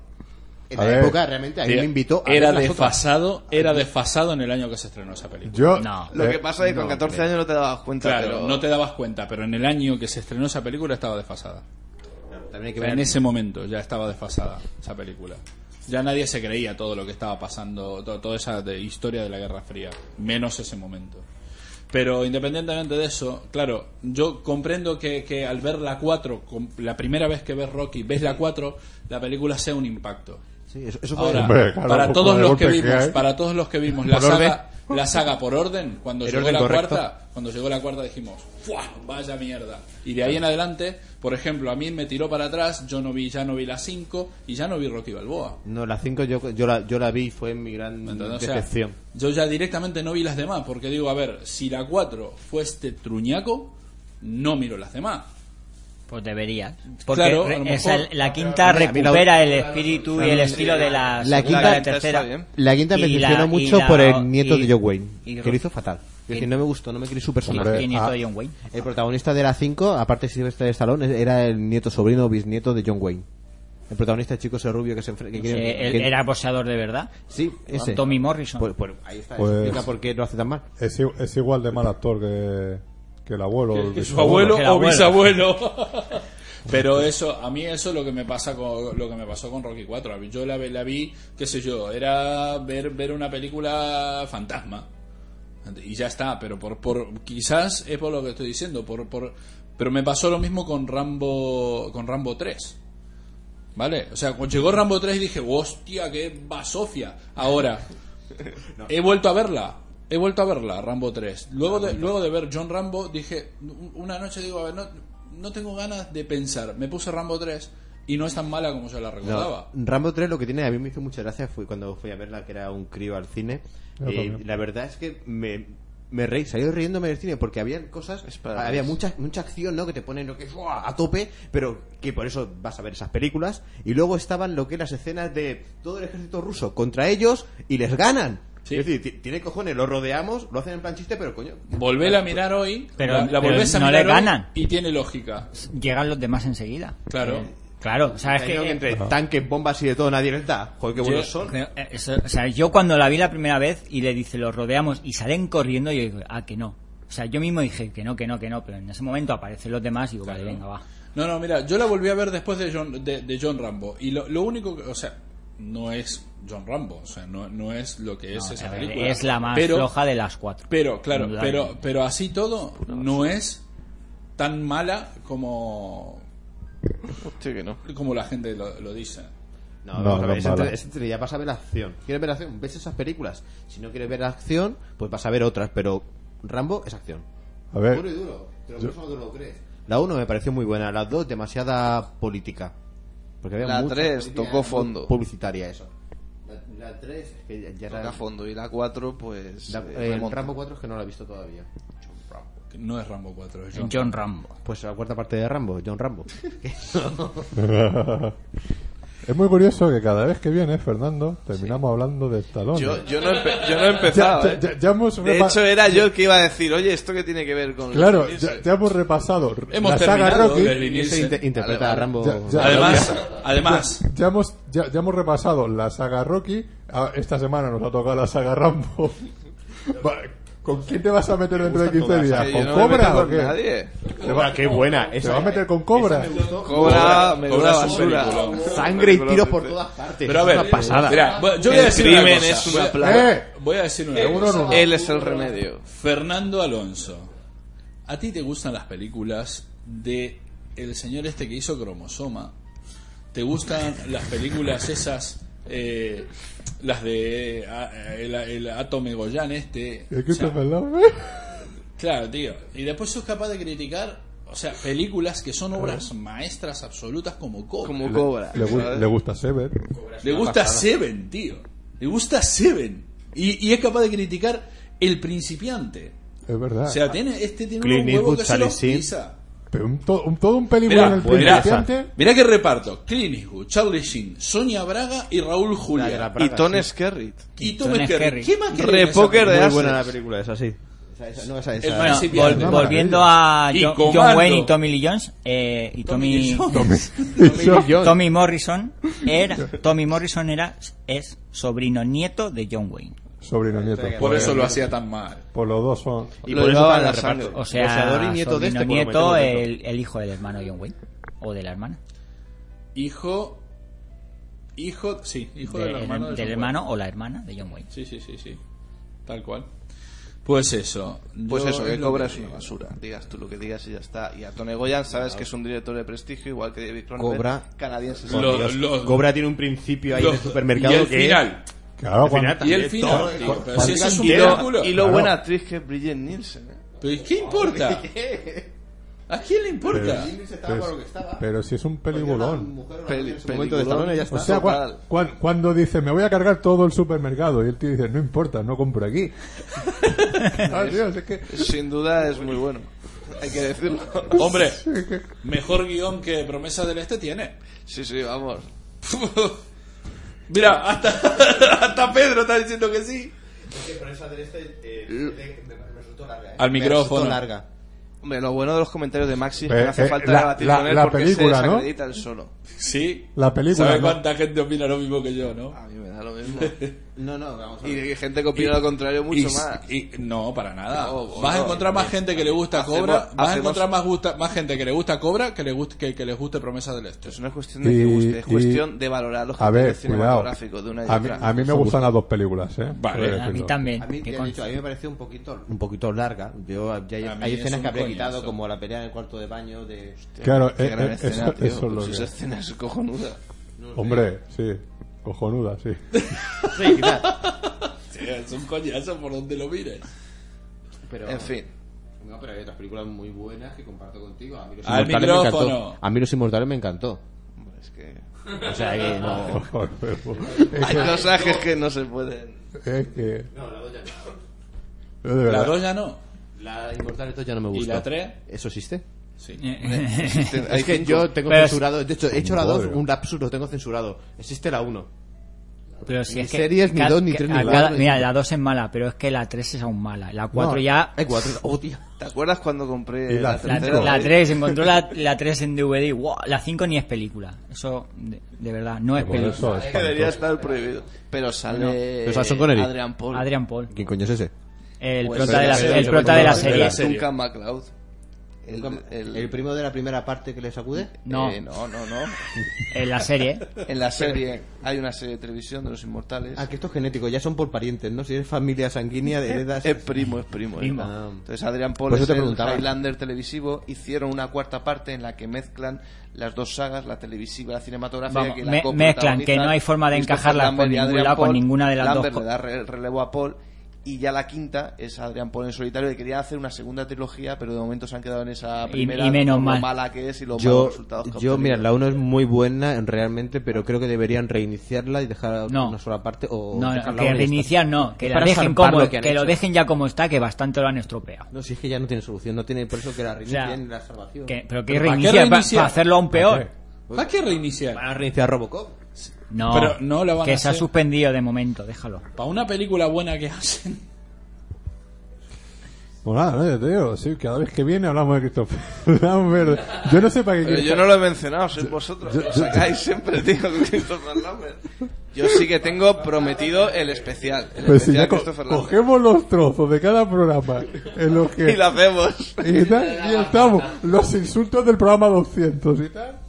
Speaker 6: en
Speaker 1: A
Speaker 6: la
Speaker 1: ver.
Speaker 6: época realmente a mí
Speaker 3: Tío,
Speaker 6: me invitó a
Speaker 3: era
Speaker 6: ver las otras.
Speaker 3: desfasado era desfasado en el año que se estrenó esa película
Speaker 1: Yo,
Speaker 2: No.
Speaker 4: Lo
Speaker 1: eh,
Speaker 4: que pasa es que con 14 años no te dabas cuenta.
Speaker 3: claro
Speaker 4: pero-
Speaker 3: no te dabas cuenta pero en el año que se estrenó esa película estaba desfasada
Speaker 6: También hay que
Speaker 3: O sea,
Speaker 6: ver-
Speaker 3: en ese momento ya estaba desfasada esa película ya nadie se creía todo lo que estaba pasando to- toda esa de- historia de la Guerra Fría menos ese momento pero independientemente de eso, claro, yo comprendo que, que al ver la 4, com- la primera vez que ves Rocky, ves la 4, la película sea un impacto.
Speaker 6: Sí, eso,
Speaker 2: Ah.
Speaker 6: eso fue
Speaker 3: Ahora,
Speaker 1: Hombre, claro,
Speaker 3: para
Speaker 1: pues,
Speaker 3: todos
Speaker 1: con el
Speaker 3: los que
Speaker 1: golpe que
Speaker 3: vimos,
Speaker 1: hay.
Speaker 3: para todos los que vimos la
Speaker 6: Por
Speaker 3: saga, la saga por orden, cuando
Speaker 6: El
Speaker 3: llegó
Speaker 6: orden
Speaker 3: la
Speaker 6: correcto.
Speaker 3: cuarta, cuando llegó la cuarta dijimos, ¡fua! Vaya mierda. Y de ahí en adelante, por ejemplo, a mí me tiró para atrás, yo no vi, ya no vi la 5 y ya no vi Rocky Balboa.
Speaker 6: No, la 5 yo, yo, la, yo la vi, fue mi gran
Speaker 3: ¿Me entiendes? O sea,
Speaker 6: decepción.
Speaker 3: yo ya directamente no vi las demás, porque digo, a ver, si la 4 fue este truñaco, no miro las demás.
Speaker 2: Pues debería. Porque
Speaker 3: Claro, a lo
Speaker 2: re-
Speaker 3: mejor.
Speaker 2: esa- la quinta
Speaker 6: Mira, mira,
Speaker 2: recupera el espíritu y el estilo de la,
Speaker 6: La
Speaker 2: segunda y
Speaker 6: quinta-
Speaker 2: la tercera.
Speaker 4: está bien.
Speaker 6: La quinta me
Speaker 2: Y la-
Speaker 6: decepcionó
Speaker 2: y
Speaker 6: mucho
Speaker 2: la-
Speaker 6: por el nieto
Speaker 2: y-
Speaker 6: de Joe Wayne,
Speaker 2: y-
Speaker 6: que lo hizo fatal. Es
Speaker 2: y-
Speaker 6: decir, no me gustó, no me creí su personaje.
Speaker 1: Hombre,
Speaker 2: Y nieto
Speaker 1: ah.
Speaker 2: de John Wayne.
Speaker 6: El protagonista de la 5, aparte de Sylvester Stallone, era el nieto, sobrino o bisnieto de John Wayne. El protagonista, el chico ese rubio que se enfrenta.
Speaker 2: Sí, Eh, él era boxeador de verdad.
Speaker 6: Sí, ese.
Speaker 2: Tommy Morrison.
Speaker 6: Pues, pues ahí está,
Speaker 1: Pues-
Speaker 6: explica por qué lo hace tan mal.
Speaker 1: es, i- es igual de mal actor que, que el abuelo. o el
Speaker 3: que su
Speaker 1: bisabuelo.
Speaker 3: abuelo
Speaker 2: que el
Speaker 3: o
Speaker 2: abuelo.
Speaker 3: bisabuelo. Pero eso, a mí eso es lo que me pasa con lo que me pasó con Rocky 4. Yo la, ve- la vi, qué sé yo, era ver ver una película fantasma. Y ya está, pero por, por quizás es por lo que estoy diciendo, por, por pero me pasó lo mismo con Rambo con Rambo 3. ¿Vale? O sea, cuando llegó Rambo 3 dije, hostia, qué basofia. Ahora, he vuelto a verla. He vuelto a verla, Rambo 3. Luego de, luego de ver John Rambo, dije, u- una noche digo, a ver, no, no tengo ganas de pensar. Me puse Rambo 3 y no es tan mala como yo la recordaba.
Speaker 6: Rambo 3 lo que tiene, a mí me hizo mucha gracia fue cuando fui a verla, que era un crío al cine.
Speaker 1: Yo
Speaker 6: y
Speaker 1: también.
Speaker 6: la verdad es que me, me reí, salí riéndome del cine porque había cosas,
Speaker 4: Es para
Speaker 6: había
Speaker 4: reírse.
Speaker 6: mucha, mucha acción, ¿no? Que te ponen lo que ¡buah! a tope, pero que por eso vas a ver esas películas. Y luego estaban lo que las escenas de todo el ejército ruso contra ellos y les ganan.
Speaker 3: Sí.
Speaker 6: Es decir, ti- tiene cojones, lo rodeamos, lo hacen en plan chiste, pero coño.
Speaker 3: Volvéla a mirar hoy,
Speaker 2: Pero-
Speaker 3: la, la
Speaker 2: pero
Speaker 3: volvés a
Speaker 2: no
Speaker 3: mirar
Speaker 2: le
Speaker 3: hoy
Speaker 2: ganan.
Speaker 3: y tiene lógica.
Speaker 2: Llegan los demás enseguida. Eh,
Speaker 3: Claro.
Speaker 2: Claro, o sea, es que... eh,
Speaker 6: Creo que entre tanques, bombas y de todo nadie les da. Joder, qué
Speaker 3: Yo-
Speaker 6: buenos son.
Speaker 2: Creo- eh, eso- o sea, yo cuando la vi la primera vez y le dice, los rodeamos y salen corriendo, yo digo, ah, que no. O sea, yo mismo dije que no, que no, que no, pero en ese momento aparecen los demás y digo, vale, venga, va.
Speaker 3: No, no, mira, yo la volví a ver después de John, de, de John Rambo. Y lo, lo único que, o sea, no es John Rambo, o sea, no, no es lo que es
Speaker 2: No,
Speaker 3: esa
Speaker 2: a ver,
Speaker 3: película.
Speaker 2: es la más
Speaker 3: Pero-
Speaker 2: floja de las cuatro.
Speaker 3: Pero, claro,
Speaker 2: Sin duda
Speaker 3: pero,
Speaker 2: alguna.
Speaker 3: pero así todo no es tan mala como,
Speaker 4: Hostia, que no.
Speaker 3: como la gente lo, lo dice.
Speaker 6: No,
Speaker 1: No,
Speaker 6: vamos a
Speaker 1: no
Speaker 6: ver,
Speaker 1: es mala.
Speaker 6: es entre- es entre- ya vas a ver acción. ¿Quieres ver acción? Ves esas películas. Si no quieres ver acción, pues vas a ver otras, pero Rambo es acción.
Speaker 1: A ver,
Speaker 6: Duro y duro. Te lo crees o no te lo crees. La 1 me pareció muy buena, la 2 demasiada política. Porque había
Speaker 4: La
Speaker 6: mucha
Speaker 4: tres
Speaker 6: política
Speaker 4: tocó fondo.
Speaker 6: Publicitaria eso. La, 3 es que ya, ya era-
Speaker 4: Toca fondo. Y la 4, pues.
Speaker 6: la-
Speaker 4: eh,
Speaker 6: eh, el
Speaker 4: remonta.
Speaker 6: Rambo 4 es que no la he visto todavía.
Speaker 3: Que No es Rambo 4, es John.
Speaker 2: John Rambo.
Speaker 6: Pues la cuarta parte de Rambo, John Rambo.
Speaker 1: es muy curioso que cada vez que viene Fernando terminamos hablando de Stallone.
Speaker 4: Yo, yo, no empe- yo no he
Speaker 1: ya,
Speaker 4: empezado.
Speaker 1: ya-
Speaker 4: ¿eh?
Speaker 1: ya- ya hemos
Speaker 4: De
Speaker 1: repa-
Speaker 4: hecho, era yo el que iba a decir, oye, ¿esto qué tiene que ver con...
Speaker 1: Claro,
Speaker 4: los
Speaker 1: ya,
Speaker 4: Simpsons?
Speaker 1: ya hemos repasado
Speaker 3: Hemos
Speaker 1: la saga
Speaker 3: terminado
Speaker 1: Rocky.
Speaker 3: Leslie
Speaker 6: Y ese
Speaker 3: Nielsen.
Speaker 6: inter- interpreta
Speaker 4: Vale,
Speaker 6: a Rambo.
Speaker 1: Ya- ya-
Speaker 3: Además, además,
Speaker 1: Ya hemos, ya, ya hemos repasado la saga Rocky. Ah, Esta semana nos ha tocado la saga Rambo. Va, ¿Con quién te vas a meter dentro de 15
Speaker 6: todas,
Speaker 1: días?
Speaker 4: Que yo
Speaker 1: ¿Con
Speaker 4: no me meto
Speaker 1: Cobra
Speaker 4: con
Speaker 1: o qué?
Speaker 4: nadie.
Speaker 1: Te va-
Speaker 6: qué buena.
Speaker 1: ¿Te vas a meter con Cobra?
Speaker 4: Cobra, me
Speaker 3: Cobra
Speaker 4: da
Speaker 3: es un
Speaker 4: basura.
Speaker 3: peliculón.
Speaker 6: Sangre y tiros por todas partes.
Speaker 3: pero a
Speaker 6: Es
Speaker 3: ver,
Speaker 6: una pasada.
Speaker 3: mira, bueno, yo voy a
Speaker 4: El
Speaker 3: decir una
Speaker 4: crimen
Speaker 3: cosa.
Speaker 4: es una
Speaker 3: Voy a-
Speaker 4: plaga.
Speaker 1: ¡Eh!
Speaker 3: Voy a decir una
Speaker 1: Seguro
Speaker 3: cosa.
Speaker 1: no.
Speaker 4: Él es el remedio.
Speaker 3: Fernando Alonso, ¿a ti te gustan las películas de el señor este que hizo Cromosoma? ¿Te gustan las películas esas, eh, ah, las de eh, el, el Ato Megollán este?
Speaker 1: ¿Qué
Speaker 3: O sea,
Speaker 1: te perdón?
Speaker 3: Claro, tío. Y después sos capaz de criticar, o sea, películas que son obras maestras absolutas como Cobra.
Speaker 4: Como cobra.
Speaker 1: Le, gu-
Speaker 4: ¿sabes?
Speaker 1: le gusta Sever.
Speaker 3: Le gusta Seven, tío. Le gusta Seven. Y, y es capaz de criticar El Principiante.
Speaker 1: Es verdad.
Speaker 3: O sea, tiene, este tiene
Speaker 6: Clint
Speaker 3: un huevo
Speaker 6: Eastwood,
Speaker 3: que se los
Speaker 6: Charlie Sheen.
Speaker 3: pisa.
Speaker 1: Pero un to- un- todo un película
Speaker 3: Mira,
Speaker 1: en el
Speaker 3: pues, mira,
Speaker 1: principiante.
Speaker 3: Mirá qué reparto. Clint Eastwood, Charlie Sheen, Sonia Braga y Raúl
Speaker 6: de
Speaker 3: Julia.
Speaker 6: la-
Speaker 4: Y Tone Skerritt.
Speaker 3: Y
Speaker 2: Tom
Speaker 3: Tom Skerritt.
Speaker 2: Skerritt.
Speaker 3: ¿Qué más querés de esa
Speaker 4: Repoker de
Speaker 6: Muy
Speaker 4: Ases.
Speaker 6: buena la película, es así. Esa, esa, no, esa, esa.
Speaker 3: El
Speaker 2: Bueno,
Speaker 3: principiante.
Speaker 2: vol-
Speaker 1: Una
Speaker 2: volviendo a
Speaker 3: Y
Speaker 2: Jo- John,
Speaker 3: comando.
Speaker 2: Wayne y Tommy Lee Jones eh, y Tommy, Tommy Morrison era Tommy Morrison era es sobrino nieto de John Wayne.
Speaker 1: Sobrino nieto.
Speaker 3: Por eso lo hacía tan mal.
Speaker 1: Por los dos son.
Speaker 6: Y
Speaker 4: Lo
Speaker 6: por eso
Speaker 4: llevaba
Speaker 6: para
Speaker 4: en
Speaker 6: la
Speaker 4: la
Speaker 6: reparto.
Speaker 4: sangre.
Speaker 2: O sea,
Speaker 6: Boxeador y nieto
Speaker 2: sobrino
Speaker 6: de este. por lo menos,
Speaker 2: nieto,
Speaker 6: por lo menos.
Speaker 2: el, el hijo del hermano John Wayne o de la hermana
Speaker 3: Hijo. Hijo. Sí, hijo
Speaker 2: De-
Speaker 3: del hermano. de
Speaker 2: del
Speaker 3: John
Speaker 2: hermano o la hermana de John Wayne.
Speaker 3: Wayne. Sí, sí, sí, sí. Tal cual. Pues eso.
Speaker 4: Pues
Speaker 3: Yo
Speaker 4: eso,
Speaker 3: es
Speaker 4: que
Speaker 3: lo
Speaker 4: Cobra es
Speaker 3: te
Speaker 4: una
Speaker 3: digo.
Speaker 4: basura. Digas tú lo que digas y ya está. Y a Tone Goyan sabes que es un director de prestigio, igual que David Cronenberg.
Speaker 6: Cobra.
Speaker 4: Canadiense.
Speaker 3: Lo-
Speaker 6: Por Dios,
Speaker 3: lo-
Speaker 6: Cobra tiene un principio ahí
Speaker 3: Lo-
Speaker 6: de supermercado
Speaker 3: y el
Speaker 6: que
Speaker 3: final.
Speaker 1: Claro,
Speaker 6: Al
Speaker 1: cuando-
Speaker 6: final
Speaker 3: Y el
Speaker 6: También
Speaker 3: final.
Speaker 6: todo,
Speaker 3: tío.
Speaker 6: tío.
Speaker 3: Pero si eso es un
Speaker 4: Y lo,
Speaker 3: ridículo.
Speaker 4: y lo
Speaker 1: Claro.
Speaker 4: buena actriz que es Bridget Nielsen. ¿eh?
Speaker 3: Pero ¿qué importa? ¿A quién le importa?
Speaker 6: Jim Lee se estaba
Speaker 1: Pues-
Speaker 6: con lo que estaba.
Speaker 1: Pero si es un
Speaker 6: Una
Speaker 1: peliculón.
Speaker 6: mujer, una
Speaker 4: Peli-
Speaker 6: mujer en su momento de Stallone, ya está.
Speaker 1: O sea, cua- cuan- cuando dice, me voy a cargar todo el supermercado, y el tío dice, no importa, no compro aquí. Ay, Dios, es que-
Speaker 4: Sin duda es muy bueno. Hay que decirlo.
Speaker 3: Hombre, mejor guión que Promesa del Este tiene.
Speaker 4: Sí, sí, vamos.
Speaker 3: Mira, hasta, hasta Pedro está diciendo que sí.
Speaker 6: este, eh,
Speaker 3: Al micrófono.
Speaker 6: larga.
Speaker 4: Hombre, lo bueno de los comentarios de Maxi es
Speaker 1: Eh,
Speaker 4: que no hace
Speaker 1: eh,
Speaker 4: falta
Speaker 1: la-
Speaker 4: debatir
Speaker 1: la-
Speaker 4: con él
Speaker 1: la
Speaker 4: porque
Speaker 1: película,
Speaker 4: se
Speaker 1: ¿no?
Speaker 4: desacredita el solo.
Speaker 3: Sí.
Speaker 1: La película,
Speaker 3: ¿Sabe
Speaker 1: ¿no?
Speaker 3: cuánta gente opina lo mismo que yo, no?
Speaker 4: A mí me da lo mismo.
Speaker 6: No, no, vamos a
Speaker 4: Y
Speaker 6: ver.
Speaker 4: hay gente que Ah, opina lo contrario mucho más.
Speaker 3: y- no, para nada.
Speaker 4: No,
Speaker 3: vas a
Speaker 4: no,
Speaker 3: encontrar más gente que le gusta
Speaker 4: hacemos-
Speaker 3: Cobra. vas a
Speaker 4: hacemos-
Speaker 3: encontrar más, gusta, más gente que le gusta Cobra que, le guste, que, que les guste Promesa del Este.
Speaker 4: Es una cuestión de que
Speaker 1: Y-
Speaker 4: guste, es
Speaker 1: y-
Speaker 4: cuestión de valorar los
Speaker 1: A ver,
Speaker 4: criterios
Speaker 1: cuidado.
Speaker 4: cinematográficos de una y
Speaker 1: A mí,
Speaker 4: otra.
Speaker 1: a mí me gustan las dos películas, ¿eh?
Speaker 3: Vale.
Speaker 1: Quiero
Speaker 2: A mí
Speaker 1: decirlo.
Speaker 2: también.
Speaker 6: A mí,
Speaker 2: que
Speaker 6: ya he
Speaker 2: conste.
Speaker 6: dicho, a mí me pareció un poquito, un poquito larga. Yo, ya hay,
Speaker 3: A mí
Speaker 6: hay
Speaker 3: es
Speaker 6: escenas
Speaker 3: un
Speaker 6: que habría
Speaker 3: coñazo.
Speaker 6: quitado, como la pelea en el cuarto de baño de...
Speaker 1: Claro,
Speaker 4: Qué
Speaker 1: eh,
Speaker 4: gran
Speaker 1: eh,
Speaker 4: escena,
Speaker 1: eso,
Speaker 4: tío.
Speaker 1: eso es lo
Speaker 4: Pues Esa
Speaker 1: que...
Speaker 4: escena es cojonuda.
Speaker 1: Hombre, sí. Cojonuda, sí.
Speaker 6: Sí, quizás.
Speaker 3: Sí, es un coñazo por donde lo mires.
Speaker 6: Pero,
Speaker 4: En fin.
Speaker 6: No, pero hay otras películas muy buenas que comparto contigo. A mí los
Speaker 3: Al
Speaker 6: Inmortales me
Speaker 3: micrófono.
Speaker 6: encantó. Ah, A mí Los Inmortales me encantó.
Speaker 4: Hombre, es que...
Speaker 6: O sea que no...
Speaker 1: es
Speaker 4: Hay pasajes que no se pueden...
Speaker 1: que... Es que
Speaker 6: No, la dos ya no.
Speaker 1: yo de
Speaker 3: La
Speaker 1: verdad-
Speaker 3: dos ya no.
Speaker 6: La Inmortales dos ya no me
Speaker 3: ¿Y
Speaker 6: gusta.
Speaker 3: la tres?
Speaker 6: ¿Eso existe?
Speaker 3: Sí.
Speaker 6: Es que yo tengo
Speaker 2: Pero es-
Speaker 6: censurado... De hecho, he hecho la dos,
Speaker 1: Joder.
Speaker 6: un lapsus, lo tengo censurado. Existe la uno.
Speaker 2: Pero si
Speaker 6: Ni
Speaker 2: es que
Speaker 6: series, ni
Speaker 2: ca-
Speaker 6: dos, ni
Speaker 2: ca-
Speaker 6: tres, ni
Speaker 2: a
Speaker 6: cuatro,
Speaker 2: cada-
Speaker 6: ni-
Speaker 2: Mira, la 2 es mala, pero es que la 3 es aún mala. La 4
Speaker 1: No.
Speaker 2: ya.
Speaker 6: Hay cuatro. Oh, tío.
Speaker 4: ¿Te acuerdas cuando compré
Speaker 1: Y la
Speaker 4: la
Speaker 1: cinco.
Speaker 2: La,
Speaker 4: tercera?
Speaker 2: la 3, encontró la, la 3 en DVD. ¡Wow! la 5 ni es película. Eso, de, de verdad, no es
Speaker 1: Por
Speaker 2: película.
Speaker 1: eso es
Speaker 4: Que debería estar prohibido. Pero
Speaker 2: No.
Speaker 4: sale...
Speaker 6: Pero Sarson Connery.
Speaker 4: Adrian Paul.
Speaker 2: Adrian Paul,
Speaker 6: ¿Quién coño es ese?
Speaker 2: el
Speaker 4: Pues
Speaker 2: prota de la,
Speaker 4: sí,
Speaker 2: el
Speaker 4: sí,
Speaker 2: prota
Speaker 4: sí,
Speaker 2: de la
Speaker 4: sí,
Speaker 2: serie.
Speaker 4: sí, Duncan MacLeod. El,
Speaker 6: El,
Speaker 4: el-
Speaker 6: primo de la primera parte que le sacude?
Speaker 2: No,
Speaker 4: eh, no, no, no.
Speaker 2: en la serie.
Speaker 4: En la serie hay una serie de televisión de los inmortales.
Speaker 6: Ah, que esto es genético, ya son por parientes, ¿no? Si eres familia sanguínea, heredas...
Speaker 4: Es primo, es primo.
Speaker 2: Primo. Ah.
Speaker 4: es primo. Entonces Adrian Paul
Speaker 6: Por eso
Speaker 4: es
Speaker 6: te
Speaker 4: el
Speaker 6: preguntaba.
Speaker 4: Highlander televisivo. Hicieron una cuarta parte en la que mezclan las dos sagas, la televisiva, la cinematográfica.
Speaker 2: Vamos,
Speaker 4: que la
Speaker 2: me-
Speaker 4: coprotagonizan
Speaker 2: mezclan, que no hay forma de
Speaker 4: Christopher
Speaker 2: encajarlas con
Speaker 4: Lambert y
Speaker 2: ningún
Speaker 4: Adrian
Speaker 2: lado, con
Speaker 4: Paul.
Speaker 2: ninguna de las
Speaker 4: Lambert
Speaker 2: dos
Speaker 4: le da re- el relevo a Paul. Y ya la quinta es Adrian Paul en solitario. que quería hacer una segunda trilogía, pero de momento se han quedado en esa
Speaker 2: Y-
Speaker 4: primera.
Speaker 2: y menos
Speaker 4: por lo
Speaker 2: mal.
Speaker 4: mala que es y los malos
Speaker 6: Yo,
Speaker 4: resultados que ha
Speaker 6: yo
Speaker 4: obtenido.
Speaker 6: mira, la 1 es muy buena realmente, pero creo que deberían reiniciarla y dejar
Speaker 2: No.
Speaker 6: una sola parte o
Speaker 2: No,
Speaker 6: dejar
Speaker 2: no,
Speaker 6: la
Speaker 2: que
Speaker 6: una y ya
Speaker 2: reiniciar
Speaker 6: está.
Speaker 2: no, que
Speaker 6: Es
Speaker 2: la
Speaker 6: para
Speaker 2: dejen
Speaker 6: zarpar
Speaker 2: como,
Speaker 6: han
Speaker 2: que lo
Speaker 6: hecho.
Speaker 2: dejen ya como está, que bastante lo han estropeado.
Speaker 6: No, si es que ya no tiene solución, no tiene por eso que la reinicien
Speaker 2: O sea,
Speaker 6: y la salvación.
Speaker 2: Que- pero que
Speaker 3: ¿Pero para qué
Speaker 2: reiniciar, para
Speaker 3: reiniciar?
Speaker 2: hacerlo aún peor.
Speaker 3: ¿Para qué reiniciar?
Speaker 6: Van a reiniciar Robocop.
Speaker 2: No,
Speaker 3: Pero no lo van a
Speaker 2: que se ha
Speaker 3: hacer.
Speaker 2: suspendido de momento, déjalo.
Speaker 3: Para una película buena que hacen.
Speaker 1: Pues nada, no, yo te digo, sí, cada vez que viene hablamos de Christopher Lambert. Yo no sé para qué...
Speaker 4: Pero yo no lo he mencionado, sois vosotros.
Speaker 1: yo-
Speaker 4: lo
Speaker 1: yo-
Speaker 4: sacáis siempre, tío, con Christopher Lambert. Yo sí que tengo prometido el especial. El
Speaker 1: Pero si
Speaker 4: especial
Speaker 1: ya co-
Speaker 4: Christopher Lambert.
Speaker 1: cogemos los trozos de cada programa en los que...
Speaker 4: Y lo hacemos.
Speaker 1: y tal, y estamos, los insultos del programa 200 y tal.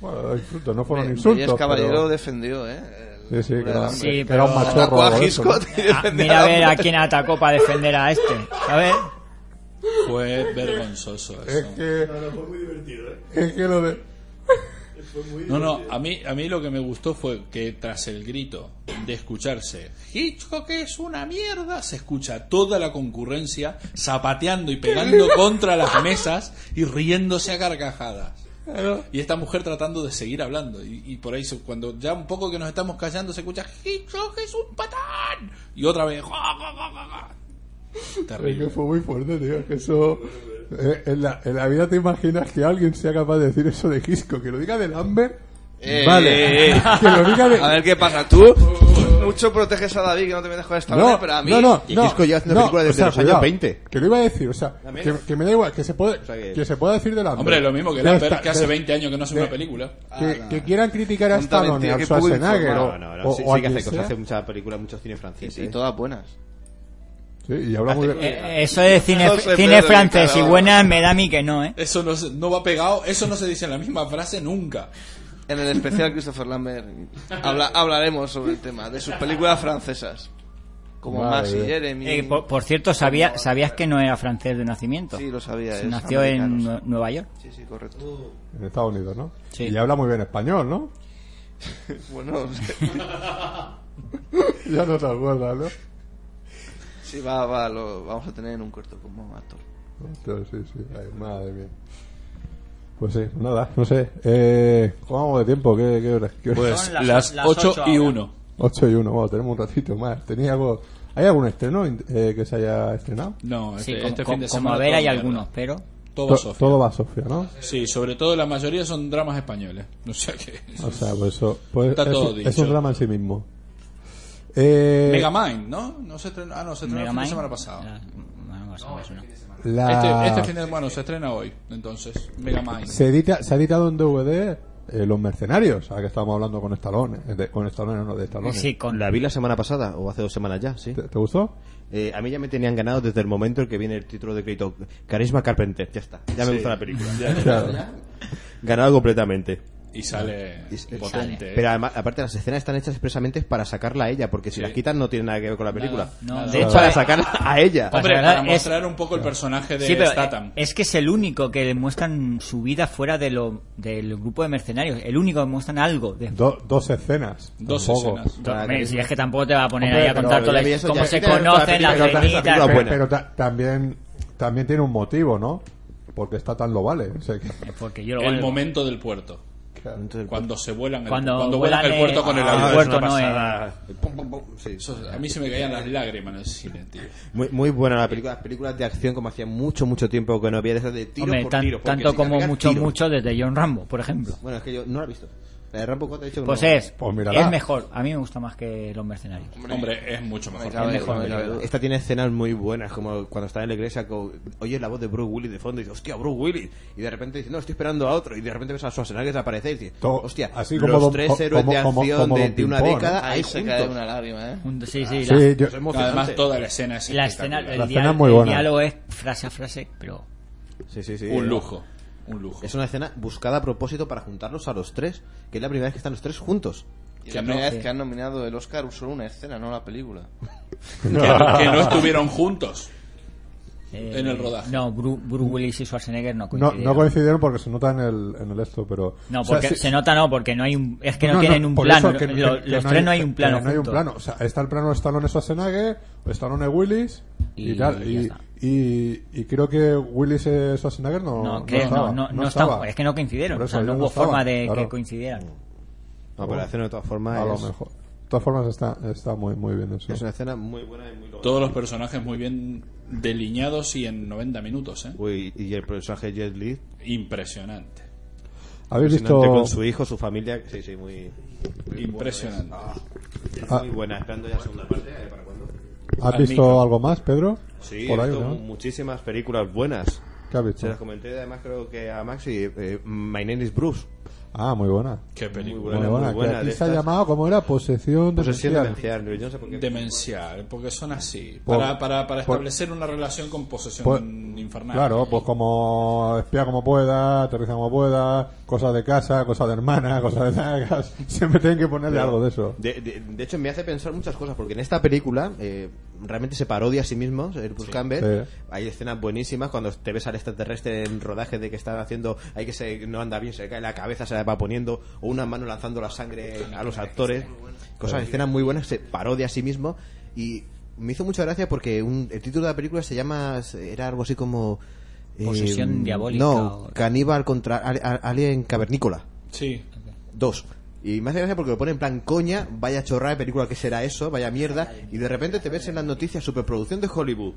Speaker 1: Bueno, los insultos, no fueron insultos.
Speaker 4: Eh, es Caballero
Speaker 1: pero-
Speaker 4: defendió, ¿eh? El-
Speaker 1: Sí, sí, que era,
Speaker 4: Sí,
Speaker 1: que era
Speaker 2: pero-
Speaker 1: un machorro.
Speaker 4: Atacó a
Speaker 1: eso, ¿no?
Speaker 4: Hitchcock y
Speaker 2: Ah,
Speaker 4: defendió
Speaker 2: mira a ver a
Speaker 4: Lambert.
Speaker 2: quién atacó para defender a este, ¿sabes?
Speaker 3: Fue vergonzoso
Speaker 1: Es
Speaker 3: eso.
Speaker 1: que. Es que lo de.
Speaker 3: No, no, a mí, a mí lo que me gustó fue que tras el grito de escucharse Hitchcock es una mierda, se escucha toda la concurrencia zapateando y pegando contra las mesas y riéndose a carcajadas. Y esta mujer tratando de seguir hablando. Y, y por ahí, se- cuando ya un poco que nos estamos callando, se escucha Hitchcock es un patán. Y otra vez. "Ja, ja, ja, ja, ja".
Speaker 1: Es que
Speaker 3: Terrible.
Speaker 1: fue muy fuerte, tío. es que eso. eh, en, la, en la vida te imaginas que alguien sea capaz de decir eso de Gisco. Que lo diga de Lambert.
Speaker 4: Eh,
Speaker 1: vale.
Speaker 4: eh, eh.
Speaker 1: Que lo diga de.
Speaker 4: A ver qué pasa. Tú mucho proteges a David que no te metas con esta
Speaker 1: No,
Speaker 4: hora, pero a mí.
Speaker 1: no, no,
Speaker 6: Y
Speaker 1: no,
Speaker 6: Gisco ya hace una
Speaker 1: no,
Speaker 6: película desde
Speaker 1: o sea,
Speaker 6: los años
Speaker 1: cuidado,
Speaker 6: 20.
Speaker 1: Que lo iba a decir, o sea,
Speaker 6: Dame.
Speaker 1: que, que me da igual, que se, puede,
Speaker 6: sea, que-
Speaker 1: que se pueda decir de Lambert.
Speaker 3: Hombre, lo mismo que
Speaker 1: Ya
Speaker 3: Lambert,
Speaker 1: está,
Speaker 3: que hace
Speaker 1: que-
Speaker 3: 20 años que no hace
Speaker 1: de-
Speaker 3: una película.
Speaker 1: Que,
Speaker 6: Ah,
Speaker 1: que quieran criticar a
Speaker 4: Tanta
Speaker 1: Stallone,
Speaker 4: mentira,
Speaker 1: a
Speaker 4: qué poco
Speaker 1: Schwarzenegger o,
Speaker 6: No,
Speaker 4: informado.
Speaker 6: no,
Speaker 1: o-
Speaker 6: no. Sí,
Speaker 1: o a
Speaker 6: sí que hace
Speaker 1: quien
Speaker 6: cosas. Hace
Speaker 1: sea.
Speaker 6: muchas películas, muchos cine francés.
Speaker 4: Sí,
Speaker 6: ¿eh?
Speaker 4: todas buenas.
Speaker 1: Sí, y habla muy bien.
Speaker 2: Eh, eso de cine,
Speaker 4: No se
Speaker 2: cine
Speaker 4: puede,
Speaker 2: francés y
Speaker 4: carajo.
Speaker 2: buena me da a mí que no, ¿eh?
Speaker 3: Eso no, se- no va pegado, eso no se dice en la misma frase nunca.
Speaker 4: En el especial Christopher Lambert habla- hablaremos sobre el tema de sus películas francesas. Como
Speaker 1: Vale.
Speaker 4: Max y Jeremy.
Speaker 2: Eh, por, por cierto, sabía, ¿sabías que no era francés de nacimiento?
Speaker 4: Sí, lo sabía.
Speaker 2: Se
Speaker 4: es
Speaker 2: Nació en
Speaker 4: americano,
Speaker 2: Nue- Nueva York.
Speaker 4: Sí, sí, correcto.
Speaker 1: En Estados Unidos, ¿no?
Speaker 2: Sí.
Speaker 1: Y habla muy bien español, ¿no?
Speaker 4: Bueno,
Speaker 1: ya no te acuerdas, ¿no?
Speaker 4: sí, va, va, lo vamos a tener en un corto como actor.
Speaker 1: Entonces, sí, sí, ay, madre mía. Pues sí, nada, no sé. Eh, ¿Cómo vamos de tiempo? ¿Qué, qué hora? ¿Qué hora?
Speaker 3: Pues
Speaker 2: Son las-
Speaker 3: las,
Speaker 2: las
Speaker 3: 8,
Speaker 2: ocho
Speaker 3: y
Speaker 2: ahora.
Speaker 3: 1.
Speaker 1: 8 y 1, vamos, tenemos un ratito más. ¿Tenía algo... ¿Hay algún estreno eh, que se haya estrenado?
Speaker 3: No, este,
Speaker 2: Sí, como,
Speaker 3: este
Speaker 2: como-
Speaker 3: fin
Speaker 2: como
Speaker 3: de semana.
Speaker 2: a ver
Speaker 3: todo
Speaker 2: hay
Speaker 3: mierda.
Speaker 2: algunos, pero...
Speaker 3: Todo
Speaker 1: To-
Speaker 3: Sofía.
Speaker 1: todo va a Sofía, ¿no?
Speaker 3: Sí, sobre todo la mayoría son dramas españoles. No sé qué.
Speaker 1: O sea, pues eso... Pues
Speaker 3: Está
Speaker 1: es,
Speaker 3: todo
Speaker 1: un-
Speaker 3: dicho.
Speaker 1: es un drama en sí mismo. Eh,
Speaker 3: Megamind, ¿no? No se estrenó, ah, no, se estrenó el fin de
Speaker 2: Megamind.
Speaker 3: semana pasada.
Speaker 2: Era- bueno, no sé, eso no.
Speaker 1: la- Ah.
Speaker 3: Este, este fin de semana se estrena hoy, entonces. Megamind.
Speaker 1: se, edita, se ha editado en DVD eh, Los Mercenarios, ahora que estábamos hablando con Stallone. eh, de- con Stallone, no, de Stallone.
Speaker 2: Sí, con
Speaker 6: La vi la semana pasada, o hace dos semanas ya, sí.
Speaker 1: ¿Te, te gustó?
Speaker 6: Eh, a mí ya me tenían ganado desde el momento en que viene el título de crédito. Carisma Carpenter, ya está. Ya me
Speaker 3: Sí.
Speaker 6: gusta la película.
Speaker 1: Claro.
Speaker 6: Ganado completamente.
Speaker 3: Y sale
Speaker 6: Y- y-
Speaker 3: potente.
Speaker 6: Pero
Speaker 3: ¿eh?
Speaker 6: además, aparte las escenas están hechas expresamente para sacarla a ella, porque si
Speaker 3: Sí.
Speaker 6: las quitan no tiene nada que ver con la película.
Speaker 2: No,
Speaker 3: Nada.
Speaker 2: de hecho,
Speaker 6: Para
Speaker 2: eh,
Speaker 6: sacarla a ella.
Speaker 2: Pues
Speaker 3: Hombre,
Speaker 2: la
Speaker 3: para
Speaker 2: verdad es-
Speaker 3: mostrar un poco el personaje de
Speaker 2: sí, pero, eh,
Speaker 3: Statham.
Speaker 2: es que es el único que le muestran su vida fuera de lo, del grupo de mercenarios. El único que muestran algo. De,
Speaker 1: Do- dos escenas.
Speaker 3: Dos
Speaker 1: tampoco.
Speaker 3: escenas.
Speaker 2: Hombre, si es que tampoco te va a poner
Speaker 1: Hombre,
Speaker 2: ahí a
Speaker 1: pero
Speaker 2: contar todo
Speaker 6: ya
Speaker 2: la-
Speaker 6: vi eso,
Speaker 2: cómo
Speaker 6: ya-
Speaker 2: se
Speaker 6: ya vi toda la
Speaker 2: conocen,
Speaker 6: película,
Speaker 2: las
Speaker 6: ya vi toda la
Speaker 2: cenitas...
Speaker 6: película.
Speaker 1: Pero,
Speaker 6: buena.
Speaker 1: pero ta- también, también tiene un motivo, ¿no? Porque está tan lo vale. o sea que-
Speaker 2: Eh, Porque yo lo
Speaker 3: El
Speaker 2: valgo.
Speaker 3: momento del puerto. Cuando se vuelan el,
Speaker 2: Cuando
Speaker 3: cuando vuelan
Speaker 2: vuelan,
Speaker 3: el puerto
Speaker 2: eh,
Speaker 3: con el
Speaker 2: ah,
Speaker 3: avión.
Speaker 2: el puerto, no,
Speaker 6: Pum, pum, pum. Sí.
Speaker 3: Eso- a mí se me caían las lágrimas en el cine, tío.
Speaker 6: Muy, muy buena la película. Las películas de acción como hacía mucho, mucho tiempo que no había de esas de tiro
Speaker 2: Hombre,
Speaker 6: por
Speaker 2: tan-
Speaker 6: tiro. porque
Speaker 2: tanto
Speaker 6: si
Speaker 2: como
Speaker 6: cargas
Speaker 2: mucho,
Speaker 6: tiro-
Speaker 2: mucho desde John Rambo, por ejemplo.
Speaker 6: Bueno, es que yo no la he visto. La de Rambo 4 he dicho que
Speaker 2: Pues
Speaker 6: no.
Speaker 2: es,
Speaker 1: Pues mírala.
Speaker 2: es mejor. A mí me gusta más que Los Mercenarios.
Speaker 3: Hombre, es mucho mejor.
Speaker 4: Me cabe-
Speaker 2: mejor,
Speaker 4: me cabe duda.
Speaker 6: Esta tiene escenas muy buenas, como cuando está en la iglesia, co- oyes la voz de Bruce Willis de fondo y dices, hostia, Bruce Willis. Y de repente dices, no, estoy esperando a otro. Y de repente ves a Schwarzenegger desaparecer y dices,
Speaker 1: To-
Speaker 6: hostia,
Speaker 1: así como
Speaker 6: los
Speaker 1: Don-
Speaker 6: tres
Speaker 1: co-
Speaker 6: héroes
Speaker 1: como-
Speaker 6: de
Speaker 1: como-
Speaker 6: acción
Speaker 1: como
Speaker 6: de,
Speaker 1: Don
Speaker 6: de una
Speaker 1: Pimpón,
Speaker 6: década
Speaker 4: Ahí
Speaker 6: ahí
Speaker 4: se cae
Speaker 6: juntos.
Speaker 4: una lágrima, ¿eh.
Speaker 2: Un- Sí,
Speaker 1: Sí,
Speaker 2: sí, la,
Speaker 1: yo-
Speaker 6: Eso es emocionante.
Speaker 3: Además, toda la escena es
Speaker 2: la escena, el,
Speaker 1: La
Speaker 2: diálogo-
Speaker 1: escena es muy
Speaker 2: el
Speaker 1: buena.
Speaker 2: diálogo es frase a frase, pero
Speaker 6: Sí, sí, sí.
Speaker 3: Un lujo. Un lujo.
Speaker 6: Es una escena buscada a propósito para juntarlos a los tres, que es la primera vez que están los tres juntos.
Speaker 4: Y
Speaker 3: Que
Speaker 4: la
Speaker 3: no,
Speaker 4: primera
Speaker 2: sí.
Speaker 4: vez que han nominado el Oscar solo una escena, no la película.
Speaker 3: Que, no- que no estuvieron juntos.
Speaker 2: eh,
Speaker 3: En el rodaje.
Speaker 2: No, Bru- Bruce Willis y Schwarzenegger no
Speaker 1: No,
Speaker 2: coincidieron.
Speaker 1: no coincidieron porque se nota en el, en el esto, pero...
Speaker 2: No,
Speaker 1: o sea,
Speaker 2: porque
Speaker 1: sí-
Speaker 2: se nota no, porque no hay un, es que no,
Speaker 1: No, no,
Speaker 2: tienen un
Speaker 1: por
Speaker 2: plano.
Speaker 1: eso que-
Speaker 2: lo-
Speaker 1: que- que
Speaker 2: los tres no hay un plano.
Speaker 1: que No hay un
Speaker 2: juntos.
Speaker 1: plano. O sea, está el plano de Stallone Schwarzenegger, Stallone Willis y,
Speaker 2: Y
Speaker 1: tal.
Speaker 2: ya
Speaker 1: Y,
Speaker 2: está.
Speaker 1: y- y creo que Willis eh, Schwarzenegger no,
Speaker 2: No,
Speaker 1: no
Speaker 2: creo, no,
Speaker 1: estaba,
Speaker 2: no, no
Speaker 1: estaba.
Speaker 2: estaba. es que no coincidieron,
Speaker 1: Por
Speaker 2: o sea,
Speaker 1: eso,
Speaker 2: no
Speaker 1: yo
Speaker 2: hubo
Speaker 1: estaba,
Speaker 2: forma de que
Speaker 1: claro.
Speaker 2: coincidieran.
Speaker 6: No, pero la escena de todas formas
Speaker 1: A lo
Speaker 6: es,
Speaker 1: mejor. De todas formas está, está muy, muy bien eso.
Speaker 6: es una escena muy buena y muy lograda.
Speaker 3: Todos los personajes muy bien delineados y en 90 minutos, ¿eh?
Speaker 6: Uy, y el personaje Jet Li,
Speaker 3: Impresionante.
Speaker 1: ¿Habéis visto...?
Speaker 6: impresionante con su hijo, su familia. Sí, sí, muy.
Speaker 3: Impresionante.
Speaker 1: Ah.
Speaker 6: Muy buena, esperando ya la segunda parte. ¿eh? ¿Para cuándo?
Speaker 1: ¿Has
Speaker 3: al
Speaker 1: visto
Speaker 3: micro.
Speaker 1: algo más, Pedro?
Speaker 6: Sí,
Speaker 1: Por
Speaker 6: he
Speaker 1: ahí,
Speaker 6: visto
Speaker 1: ¿no? Ah.
Speaker 6: muchísimas películas buenas.
Speaker 1: ¿Qué has visto?
Speaker 6: Se las comenté además creo que a Maxi, eh, My Name is Bruce.
Speaker 1: Ah, muy buena.
Speaker 3: Qué película.
Speaker 1: Muy
Speaker 6: Buena,
Speaker 1: buena.
Speaker 6: muy
Speaker 1: que
Speaker 6: buena,
Speaker 1: aquí
Speaker 6: de
Speaker 1: se ha
Speaker 6: estas-
Speaker 1: llamado, ¿cómo era? Posesión de
Speaker 6: Posesión demencial. Yo no sé por qué.
Speaker 3: Demencial, porque son así.
Speaker 1: Por-
Speaker 3: para para, para
Speaker 1: por-
Speaker 3: establecer una relación con posesión
Speaker 1: Pues-
Speaker 3: infernal.
Speaker 1: Claro, pues como espía como pueda, aterriza como pueda, cosas de casa, cosas de hermana, cosas de nagas. Siempre tienen que ponerle algo de eso.
Speaker 6: De, de- de hecho, me hace pensar muchas cosas, porque en esta película, eh, realmente se parodia a sí mismo, el Bruce Campbell.
Speaker 1: Sí.
Speaker 6: Hay escenas buenísimas cuando te ves al extraterrestre en rodaje de que están haciendo, hay que se no anda bien, se le cae la cabeza, se la va poniendo, o una mano lanzando la sangre a los actores. Cosas, escenas muy buenas, se parodia a sí mismo y me hizo mucha gracia porque un- el título de la película se llama, era algo así como... eh,
Speaker 2: Posesión diabólica
Speaker 6: No,
Speaker 2: o-
Speaker 6: caníbal contra al- al- alien cavernícola.
Speaker 3: Sí.
Speaker 6: Dos. Y me hace gracia porque lo pone en plan coña, vaya chorrada de película que será eso, vaya mierda, y de repente te ves en las noticias superproducción de Hollywood.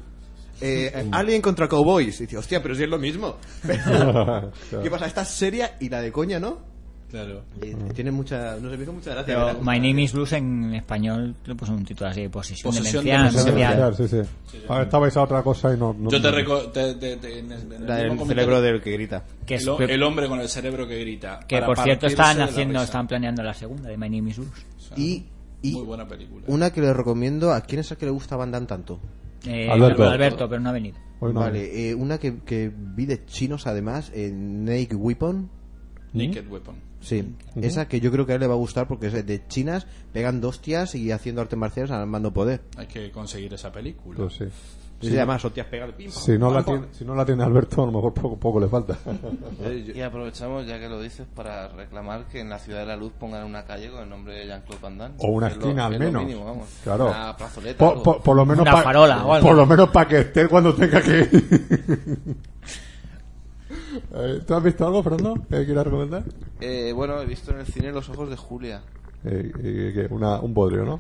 Speaker 6: Eh, eh, Alien contra Cowboys. Y dices, hostia, pero si es lo mismo. Pero, ¿Qué pasa? Esta es seria y la de coña, ¿no?
Speaker 3: Claro.
Speaker 6: Y, y tiene mucha. No sé, me hizo mucha gracia.
Speaker 2: Pero
Speaker 6: Era-
Speaker 2: My Name is Blues en español le puso un título así de posesión,
Speaker 3: Posesión
Speaker 2: demencial,
Speaker 3: demencial.
Speaker 2: demencial.
Speaker 1: Sí, sí. A ver, estabais a otra cosa y no. no-
Speaker 3: Yo te reco- te- te- te- en el- en el mismo
Speaker 6: La del
Speaker 3: comentario-
Speaker 6: cerebro del que grita.
Speaker 2: Que, es-
Speaker 3: el, ho-
Speaker 2: que-
Speaker 3: el hombre con el cerebro que grita.
Speaker 2: que,
Speaker 3: Para
Speaker 2: por cierto
Speaker 3: partirse
Speaker 2: están
Speaker 3: de la
Speaker 2: haciendo,
Speaker 3: risa.
Speaker 2: están planeando la segunda de My Name is Blues.
Speaker 6: Y, y
Speaker 3: Muy buena película.
Speaker 6: una que le recomiendo. ¿A quién es el que le gusta Van Damme tanto?
Speaker 2: Eh,
Speaker 1: Alberto.
Speaker 2: pero no ha venido.
Speaker 1: Hoy no.
Speaker 6: Vale, eh, una que, que vi de chinos además, en Naked Weapon.
Speaker 1: ¿Mm?
Speaker 3: Naked Weapon.
Speaker 6: Sí, esa que yo creo que a él le va a gustar porque es de chinas, pegando hostias y haciendo artes marciales al mando poder.
Speaker 3: Hay que conseguir esa película.
Speaker 1: Pues sí.
Speaker 6: Sí. Se llama hostias pegadas. pim, pam,
Speaker 1: Si no,
Speaker 6: pam,
Speaker 1: la
Speaker 6: pam.
Speaker 1: tiene, si no la tiene Alberto, a lo mejor poco, poco le falta.
Speaker 4: Y aprovechamos, ya que lo dices, para reclamar que en la Ciudad de la Luz pongan una calle con el nombre de Jean-Claude Van Damme.
Speaker 1: O una
Speaker 4: Que es lo-
Speaker 1: esquina, al
Speaker 4: que es lo
Speaker 1: menos.
Speaker 4: mínimo, vamos.
Speaker 1: Claro.
Speaker 4: Una plazoleta.
Speaker 1: Por,
Speaker 4: algo.
Speaker 1: por- por lo menos
Speaker 2: Una
Speaker 1: pa-
Speaker 2: farola o algo.
Speaker 1: Por lo menos para que esté cuando tenga que ir. Eh, ¿Tú has visto algo, Fernando, que quieras recomendar?
Speaker 4: Eh, bueno, he visto en el cine Los Ojos de Julia.
Speaker 1: Eh, eh, que una- un bodrio, ¿no?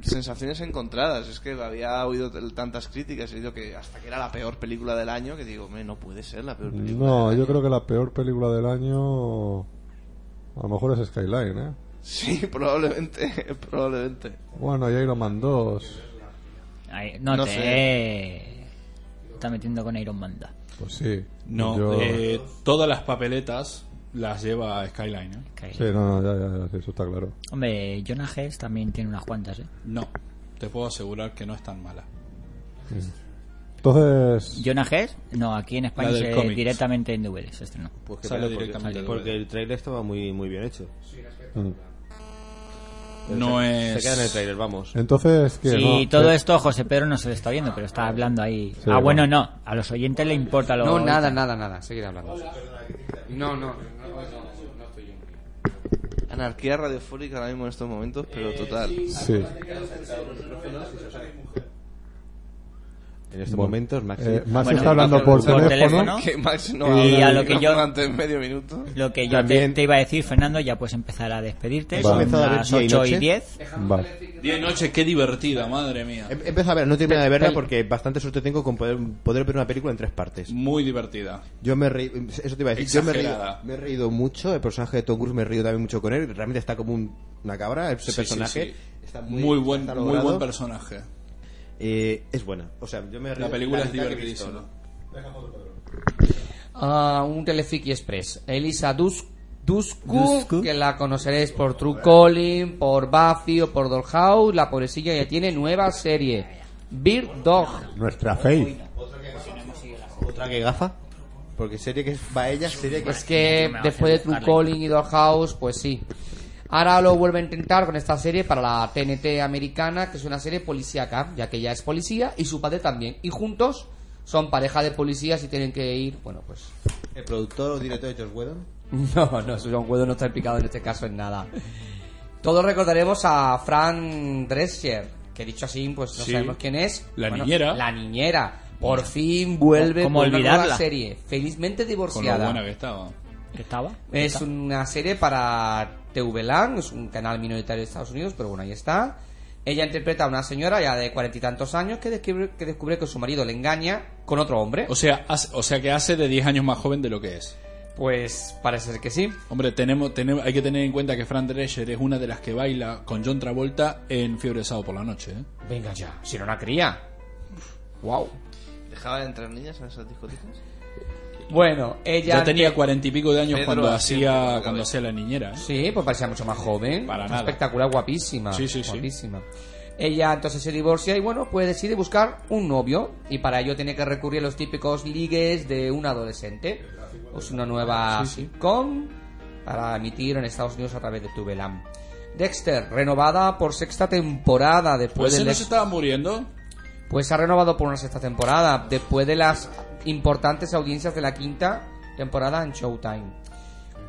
Speaker 4: sensaciones encontradas. Es que había oído t- tantas críticas y digo que hasta que era la peor película del año, que digo, hombre, no puede ser la peor película.
Speaker 1: No, yo creo que la peor película del año. A lo mejor es Skyline, ¿eh?
Speaker 4: Sí, probablemente, probablemente.
Speaker 1: Bueno, y Iron Man 2.
Speaker 2: Ay, no,
Speaker 4: No
Speaker 2: te... Está metiendo con Iron Man. da.
Speaker 1: Pues sí.
Speaker 3: No,
Speaker 1: Yo-
Speaker 3: eh, todas las papeletas las lleva Skyline. ¿eh?
Speaker 2: Que-
Speaker 1: Sí, no, no, ya, ya, ya, sí, eso está claro.
Speaker 2: Hombre, Jonah Hex también tiene unas cuantas, ¿eh?
Speaker 3: No, te puedo asegurar que no es tan mala.
Speaker 1: Entonces.
Speaker 2: Jonah Hex, no, aquí en España
Speaker 3: La del
Speaker 2: se-
Speaker 3: cómic.
Speaker 2: directamente en DVD se estrenó.
Speaker 6: Pues qué
Speaker 3: Sale
Speaker 6: pena, porque-
Speaker 3: directamente
Speaker 6: Porque,
Speaker 3: del-
Speaker 6: el trailer estaba muy, muy bien hecho.
Speaker 1: mm.
Speaker 3: No
Speaker 6: Se queda en el
Speaker 3: es.
Speaker 6: trailer, vamos.
Speaker 1: Entonces, ¿qué?
Speaker 2: Sí,
Speaker 1: No,
Speaker 2: todo
Speaker 1: que-
Speaker 2: esto José Pedro no se lo está viendo, pero está hablando ahí.
Speaker 1: Sí,
Speaker 2: ah, bueno,
Speaker 1: bueno.
Speaker 2: no, a los oyentes le importa lo
Speaker 5: No, nada, nada, nada. Seguir hablando. No, no. no estoy yo.
Speaker 4: Anarquía radiofónica ahora mismo en estos momentos, pero total.
Speaker 1: Sí.
Speaker 6: En estos
Speaker 1: Bueno.
Speaker 6: momentos, Max.
Speaker 1: Eh, Max
Speaker 2: Bueno,
Speaker 1: está hablando por,
Speaker 2: por
Speaker 1: teléfono.
Speaker 2: teléfono.
Speaker 4: Que Max no
Speaker 2: Y
Speaker 4: habla
Speaker 2: a
Speaker 4: al
Speaker 2: lo que yo-
Speaker 4: micrófono antes de medio minuto.
Speaker 2: Lo que yo te,
Speaker 6: También-
Speaker 2: te iba a decir, Fernando, ya puedes empezar a despedirte.
Speaker 1: He
Speaker 2: Son
Speaker 6: comenzado a ver
Speaker 2: las
Speaker 6: Día y
Speaker 2: 8 y
Speaker 6: Noche.
Speaker 2: 10.
Speaker 1: Vale.
Speaker 3: Diez noches, qué divertida, madre mía.
Speaker 6: Em- Empiezo a ver, no tengo nada de verla
Speaker 5: Pel-
Speaker 6: porque bastante suerte tengo con poder, poder ver una película en tres partes.
Speaker 3: Muy divertida.
Speaker 6: Yo me he reído, eso te iba a decir, yo me he, reído,
Speaker 3: Exagerada.
Speaker 6: me he reído mucho, el personaje de Tom Cruise me he reído también mucho con él, realmente está como un- una cabra, ese
Speaker 3: Sí,
Speaker 6: personaje
Speaker 3: sí, sí.
Speaker 6: está muy,
Speaker 3: muy, buen,
Speaker 6: está
Speaker 3: muy
Speaker 6: logrado.
Speaker 3: buen personaje.
Speaker 6: Eh, es buena, o sea, yo me he
Speaker 3: La
Speaker 6: reído
Speaker 3: película es
Speaker 6: mitad que he visto,
Speaker 3: divertidísima.
Speaker 5: Ah, un Telefiki Express. Elisa Dus- Dusku, que la conoceréis por True Calling, por Buffy o por Dollhouse. La pobrecilla ya tiene nueva serie. Bird Dog.
Speaker 1: Nuestra Faith.
Speaker 6: ¿no? Otra que gafa, porque serie que es va ella, serie que
Speaker 5: Es
Speaker 6: es...
Speaker 5: que después de True Calling y Dollhouse, pues sí. Ahora lo vuelven a intentar con esta serie para la TNT americana, que es una serie policíaca, ya que ella es policía y su padre también. Y juntos son pareja de policías y tienen que ir, bueno, pues
Speaker 6: el productor o director de George Whedon.
Speaker 5: No, no, John Guedo no está implicado en este caso en nada. Todos recordaremos a Fran Drescher, que dicho así, pues no
Speaker 3: Sí.
Speaker 5: sabemos quién es.
Speaker 3: La niñera.
Speaker 5: La niñera. Por fin vuelve
Speaker 2: ¿Cómo
Speaker 5: con una
Speaker 2: olvidarla?
Speaker 5: nueva serie. Felizmente
Speaker 3: Con lo buena
Speaker 5: divorciada.
Speaker 3: que estaba.
Speaker 2: que estaba?
Speaker 5: Es una serie para TVLAN, es un canal minoritario de Estados Unidos, pero bueno, ahí está. Ella interpreta a una señora ya de cuarenta y tantos años que descubre, que descubre que su marido le engaña con otro hombre.
Speaker 3: O sea, hace- o sea que hace de 10 años más joven de lo que es.
Speaker 5: Pues parece ser que sí.
Speaker 3: Hombre, tenemos, tenemos, hay que tener en cuenta que Fran Drescher es una de las que baila con John Travolta en Fiebre de Sábado por la noche. ¿eh?
Speaker 5: Venga ya, si no la cría. Wow.
Speaker 4: ¿Dejaba de entrar niñas a esas discotecas?
Speaker 5: Bueno, ella
Speaker 3: Ya tenía
Speaker 5: ante-
Speaker 3: cuarenta y pico de años
Speaker 4: Pedro
Speaker 3: cuando
Speaker 4: Asiento,
Speaker 3: hacía
Speaker 4: cabeza.
Speaker 3: cuando hacía la niñera. ¿eh?
Speaker 5: Sí, pues parecía mucho más joven.
Speaker 3: Para nada.
Speaker 5: Espectacular, guapísima.
Speaker 3: Sí, sí, sí.
Speaker 5: guapísima. Ella entonces se divorcia y bueno, pues decide buscar un novio y para ello tiene que recurrir a los típicos ligues de un adolescente. Es una nueva sitcom para emitir en Estados Unidos a través de Tubelam. Dexter, renovada por sexta temporada después
Speaker 3: Pues
Speaker 5: del
Speaker 3: ese no
Speaker 5: ex-
Speaker 3: se estaba muriendo.
Speaker 5: pues se ha renovado por una sexta temporada, después de las importantes audiencias de la quinta temporada en Showtime.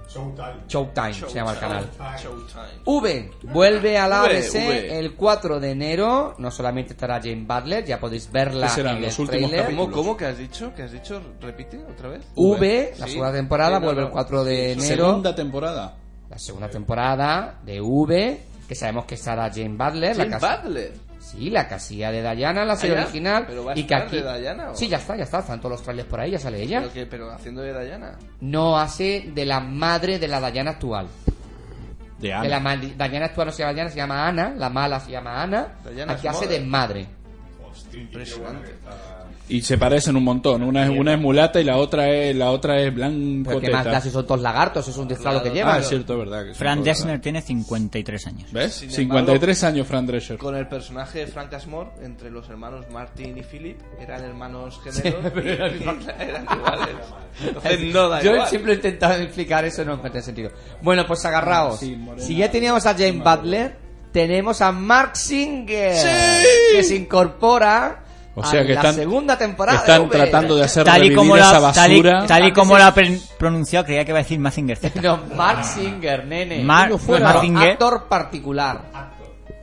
Speaker 1: Showtime.
Speaker 5: Showtime se llama el canal.
Speaker 4: Showtime.
Speaker 5: V vuelve a la
Speaker 4: V,
Speaker 5: ABC
Speaker 4: V.
Speaker 5: el 4 de enero. No solamente estará Jane Butler, ya podéis verla
Speaker 3: ¿Qué serán
Speaker 5: en
Speaker 3: los
Speaker 5: el
Speaker 3: últimos
Speaker 5: tráiler.
Speaker 4: ¿Cómo, ¿Cómo que has dicho? ¿Qué has dicho? ¿Repite otra vez?
Speaker 5: V, la
Speaker 4: Sí.
Speaker 5: segunda temporada,
Speaker 4: Sí, no,
Speaker 5: vuelve
Speaker 4: no.
Speaker 5: el 4 de enero.
Speaker 3: Segunda temporada.
Speaker 5: La segunda temporada de V, que sabemos que estará Jane Butler. la
Speaker 4: Jane
Speaker 5: casa-
Speaker 4: Butler. Ah,
Speaker 5: Sí, la casilla de Diana, la serie
Speaker 4: ya?
Speaker 5: original.
Speaker 4: ¿Pero va a
Speaker 5: y que
Speaker 4: estar
Speaker 5: aquí...
Speaker 4: de Diana, o?
Speaker 5: Sí, ya está, ya está. Están todos los trailers por ahí, ya sale ella.
Speaker 4: ¿Pero, qué? ¿Pero haciendo de Dayana?
Speaker 5: No hace de la madre de la Diana actual.
Speaker 3: De
Speaker 5: Que la
Speaker 3: Ana.
Speaker 5: ma- Diana actual no se llama Diana, se llama Ana. La mala se llama Ana.
Speaker 4: Diana
Speaker 5: aquí
Speaker 4: es
Speaker 5: hace
Speaker 4: madre.
Speaker 5: de madre.
Speaker 4: Impresionante.
Speaker 3: Y se parecen un montón. Una es, una es mulata y la otra es, la otra es
Speaker 5: Pero que más da
Speaker 3: blancoteta.
Speaker 5: si son dos lagartos, es un disfraz lo que lleva.
Speaker 3: Ah, es cierto, es verdad. que es
Speaker 2: Fran
Speaker 3: un
Speaker 2: Dresner tiene 53 años.
Speaker 3: ¿Ves?
Speaker 4: Sin
Speaker 3: 53 años Fran Drescher.
Speaker 4: Con el personaje de Frank Asmore, entre los hermanos Martin y Philip, eran hermanos gemelos y, y eran iguales. Entonces Ah, no da
Speaker 5: Yo
Speaker 4: igual.
Speaker 5: siempre he intentado explicar eso, no encuentro sentido. Bueno, pues agarraos.
Speaker 3: Sí, morena.
Speaker 5: si ya teníamos a Jane Butler, tenemos a Mark Singer, que se incorpora
Speaker 3: O sea
Speaker 5: a
Speaker 3: que
Speaker 5: la
Speaker 3: están,
Speaker 5: segunda temporada.
Speaker 3: están
Speaker 5: hombre.
Speaker 3: tratando de hacer
Speaker 2: Tal y
Speaker 3: revivir
Speaker 2: como la,
Speaker 3: esa
Speaker 2: tal y,
Speaker 3: basura.
Speaker 2: tal y como la pre- pronunciado, creía que iba a decir Mazinger Z.
Speaker 5: No, Mark Singer, nene.
Speaker 2: Mar-
Speaker 5: Uno fuera,
Speaker 2: Mark
Speaker 5: no,
Speaker 2: Singer.
Speaker 5: actor particular.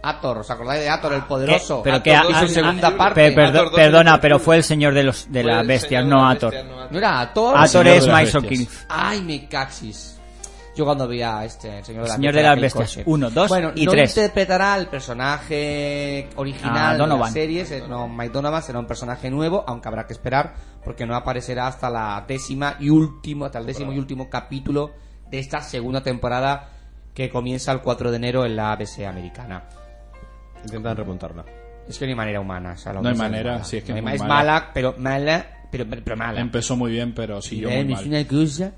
Speaker 5: Actor, ¿os acordáis de Actor, el
Speaker 2: ¿Qué?
Speaker 5: poderoso?
Speaker 2: Pero
Speaker 5: Actor
Speaker 2: que
Speaker 5: hizo
Speaker 2: a- a-
Speaker 5: segunda
Speaker 2: a-
Speaker 5: parte.
Speaker 2: pe- perdo-
Speaker 4: Ator dos
Speaker 2: perdona,
Speaker 4: minutos.
Speaker 2: pero fue el señor de los de
Speaker 4: Fue
Speaker 2: la
Speaker 4: el
Speaker 2: bestia,
Speaker 4: señor
Speaker 2: no
Speaker 4: de
Speaker 2: Ator.
Speaker 4: Bestia, no Ator.
Speaker 5: ¿No era Actor?
Speaker 3: Ah, sí.
Speaker 2: Ator
Speaker 3: señor
Speaker 2: es
Speaker 3: de las
Speaker 2: Miles
Speaker 3: bestias.
Speaker 2: O'Keefe.
Speaker 5: Ay, me caxis. Yo cuando vi a este, el señor de, la
Speaker 2: Señor
Speaker 5: Bestia,
Speaker 2: de las
Speaker 5: aquel
Speaker 2: Bestias,
Speaker 5: coche.
Speaker 2: uno, dos
Speaker 5: bueno,
Speaker 2: y
Speaker 5: no
Speaker 2: tres.
Speaker 5: interpretará al personaje
Speaker 2: Ah,
Speaker 5: original de la
Speaker 2: Donovan.
Speaker 5: serie. se- No, Mike Donovan será un personaje nuevo, aunque habrá que esperar porque no aparecerá hasta la décima y último, hasta el décimo y último capítulo de esta segunda temporada que comienza el 4 de enero en la ABC americana.
Speaker 6: Intentan remontarla.
Speaker 5: Es que no hay manera humana. o sea, la
Speaker 3: No hay
Speaker 5: humanidad
Speaker 3: manera,
Speaker 5: humana.
Speaker 3: sí, es que
Speaker 5: No
Speaker 3: es
Speaker 5: hay
Speaker 3: muy
Speaker 5: ma- es
Speaker 3: mala.
Speaker 5: mala, pero mala, pero, pero mala.
Speaker 3: Empezó muy bien, pero siguió
Speaker 5: Eh,
Speaker 3: muy
Speaker 5: es
Speaker 3: mal.
Speaker 5: una cosa.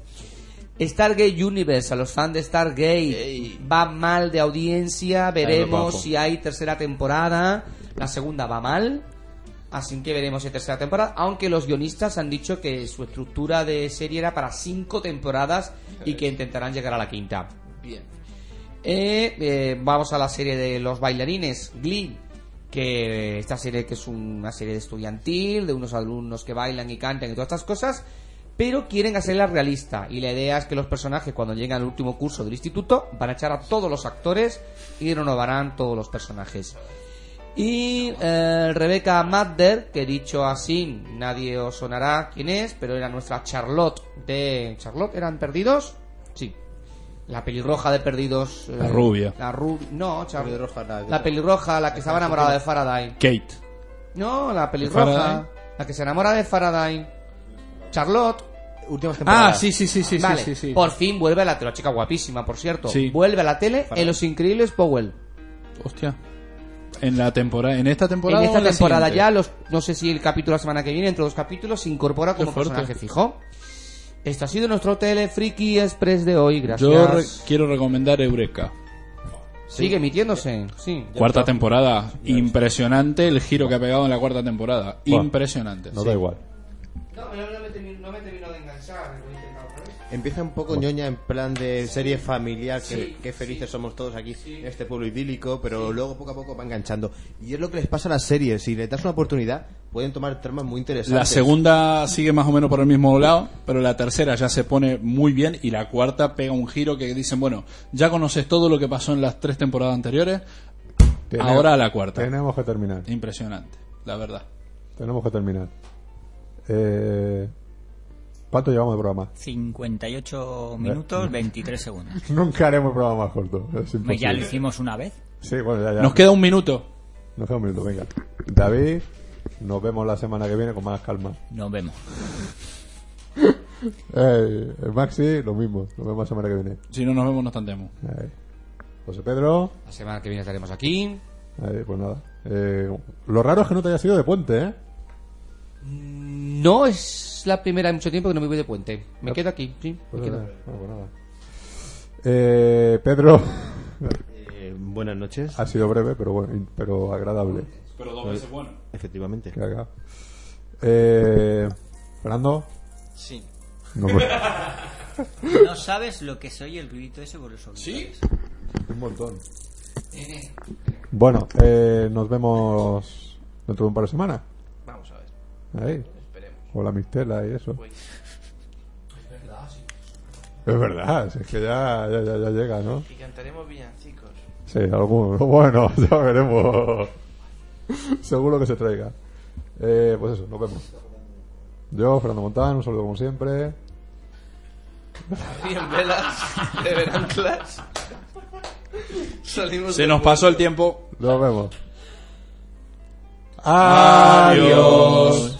Speaker 5: Stargate Universe, a los fans de Stargate, va mal de audiencia,
Speaker 3: Ahí va
Speaker 5: veremos
Speaker 3: Paco.
Speaker 5: si hay tercera temporada, la segunda va mal, así que veremos si hay tercera temporada, aunque los guionistas han dicho que su estructura de serie era para cinco temporadas y que intentarán llegar a la quinta.
Speaker 4: Bien.
Speaker 5: Eh, eh, vamos a la serie de los bailarines, Glee, que eh, esta serie que es una serie de estudiantil, de unos alumnos que bailan y cantan y todas estas cosas, pero quieren hacerla realista. Y la idea es que los personajes cuando llegan al último curso del instituto van a echar a todos los actores y renovarán todos los personajes. Y eh, Rebeca Madder, que dicho así, nadie os sonará quién es, pero era nuestra Charlotte de... ¿Charlotte? ¿Eran perdidos? Sí. La pelirroja de perdidos... eh,
Speaker 3: La rubia.
Speaker 5: La rubia... No, Charlotte.
Speaker 6: Pelirroja, la-
Speaker 5: La pelirroja, la que estaba enamorada de Faraday.
Speaker 3: Kate.
Speaker 5: No, la
Speaker 3: Faraday?
Speaker 5: pelirroja. La que se enamora de Faraday. Charlotte.
Speaker 6: Últimas
Speaker 3: Ah,
Speaker 6: temporadas.
Speaker 3: sí, sí, sí, sí, sí,
Speaker 5: vale,
Speaker 3: sí, sí.
Speaker 5: por fin vuelve a la tele. La chica guapísima, por cierto.
Speaker 3: Sí.
Speaker 5: Vuelve a la tele en Los Increíbles Powell.
Speaker 3: Hostia. En la temporada, en esta temporada.
Speaker 5: en
Speaker 3: o
Speaker 5: esta
Speaker 3: la
Speaker 5: temporada
Speaker 3: siguiente?
Speaker 5: ya, los, no sé si el capítulo la semana que viene, entre dos capítulos, se incorpora como
Speaker 3: fuerte.
Speaker 5: personaje fijo. Esto ha sido nuestro Tele Friki Express de hoy, gracias.
Speaker 3: Yo re- quiero recomendar Eureka.
Speaker 5: Sigue emitiéndose, sí.
Speaker 3: Cuarta temporada. Impresionante el giro que ha pegado en la cuarta temporada.
Speaker 1: Buah.
Speaker 3: Impresionante.
Speaker 1: No
Speaker 3: sí.
Speaker 1: da igual.
Speaker 5: No, me termino, de enganchar.
Speaker 6: Empieza un poco ñoña en plan de serie familiar, que,
Speaker 5: Sí,
Speaker 6: qué felices
Speaker 5: sí.
Speaker 6: somos todos aquí
Speaker 5: Sí.
Speaker 6: en este pueblo idílico, pero luego poco a poco va enganchando. Y es lo que les pasa a las series, si les das una oportunidad, pueden tomar tramas muy interesantes.
Speaker 3: La segunda sigue más o menos por el mismo lado, pero la tercera ya se pone muy bien y la cuarta pega un giro que dicen, bueno, ya conoces todo lo que pasó en las tres temporadas anteriores,
Speaker 1: Tenemos-
Speaker 3: ahora a la cuarta.
Speaker 1: Tenemos que terminar.
Speaker 3: Impresionante, la verdad.
Speaker 1: Tenemos que terminar. Eh, ¿Cuánto llevamos de programa?
Speaker 2: 58 minutos, 23 segundos. Pues
Speaker 1: Nunca haremos programa más corto. Es imposible.
Speaker 2: Ya lo hicimos una vez.
Speaker 1: Sí, bueno, ya, ya.
Speaker 3: Nos queda un minuto.
Speaker 1: Nos queda un minuto, venga. David, nos vemos la semana que viene con más calma.
Speaker 2: Nos vemos.
Speaker 1: Eh, Maxi, lo mismo. Nos vemos la semana que viene.
Speaker 3: Si no nos vemos, nos tantemos.
Speaker 1: Eh, José Pedro,
Speaker 5: La semana que viene estaremos aquí.
Speaker 1: eh, pues nada. Eh, lo raro es que no te haya sido de puente, ¿eh?
Speaker 5: No es la primera en mucho tiempo que no me voy de puente. Me quedo aquí, sí. me
Speaker 1: Pues
Speaker 5: quedo.
Speaker 1: nada, bueno, pues nada. Eh, Pedro,
Speaker 6: Eh, buenas noches,
Speaker 1: ha sido breve, pero bueno, in- pero agradable.
Speaker 3: Pero dos veces bueno.
Speaker 6: efectivamente.
Speaker 1: Que haga. Eh, Fernando,
Speaker 2: Sí.
Speaker 1: no, pues,
Speaker 2: No sabes lo que soy el grito ese por los auriculares.
Speaker 1: un montón. Bueno, eh, nos vemos dentro de un par de semanas.
Speaker 4: Vamos a ver.
Speaker 1: Ahí.
Speaker 4: Esperemos.
Speaker 1: O la mistela y eso.
Speaker 4: Uy.
Speaker 1: Es verdad, si es que ya, ya, ya- ya llega, ¿no?
Speaker 4: Y cantaremos villancicos.
Speaker 1: Sí, alguno. Bueno, ya veremos. Seguro que se traiga. Eh, pues eso, nos vemos. Yo, Fernando Montán, un saludo como siempre.
Speaker 4: Y en velas, de veranclas. Salimos
Speaker 3: Se
Speaker 4: del
Speaker 3: nos pasó el tiempo.
Speaker 1: Nos vemos.
Speaker 3: Adiós.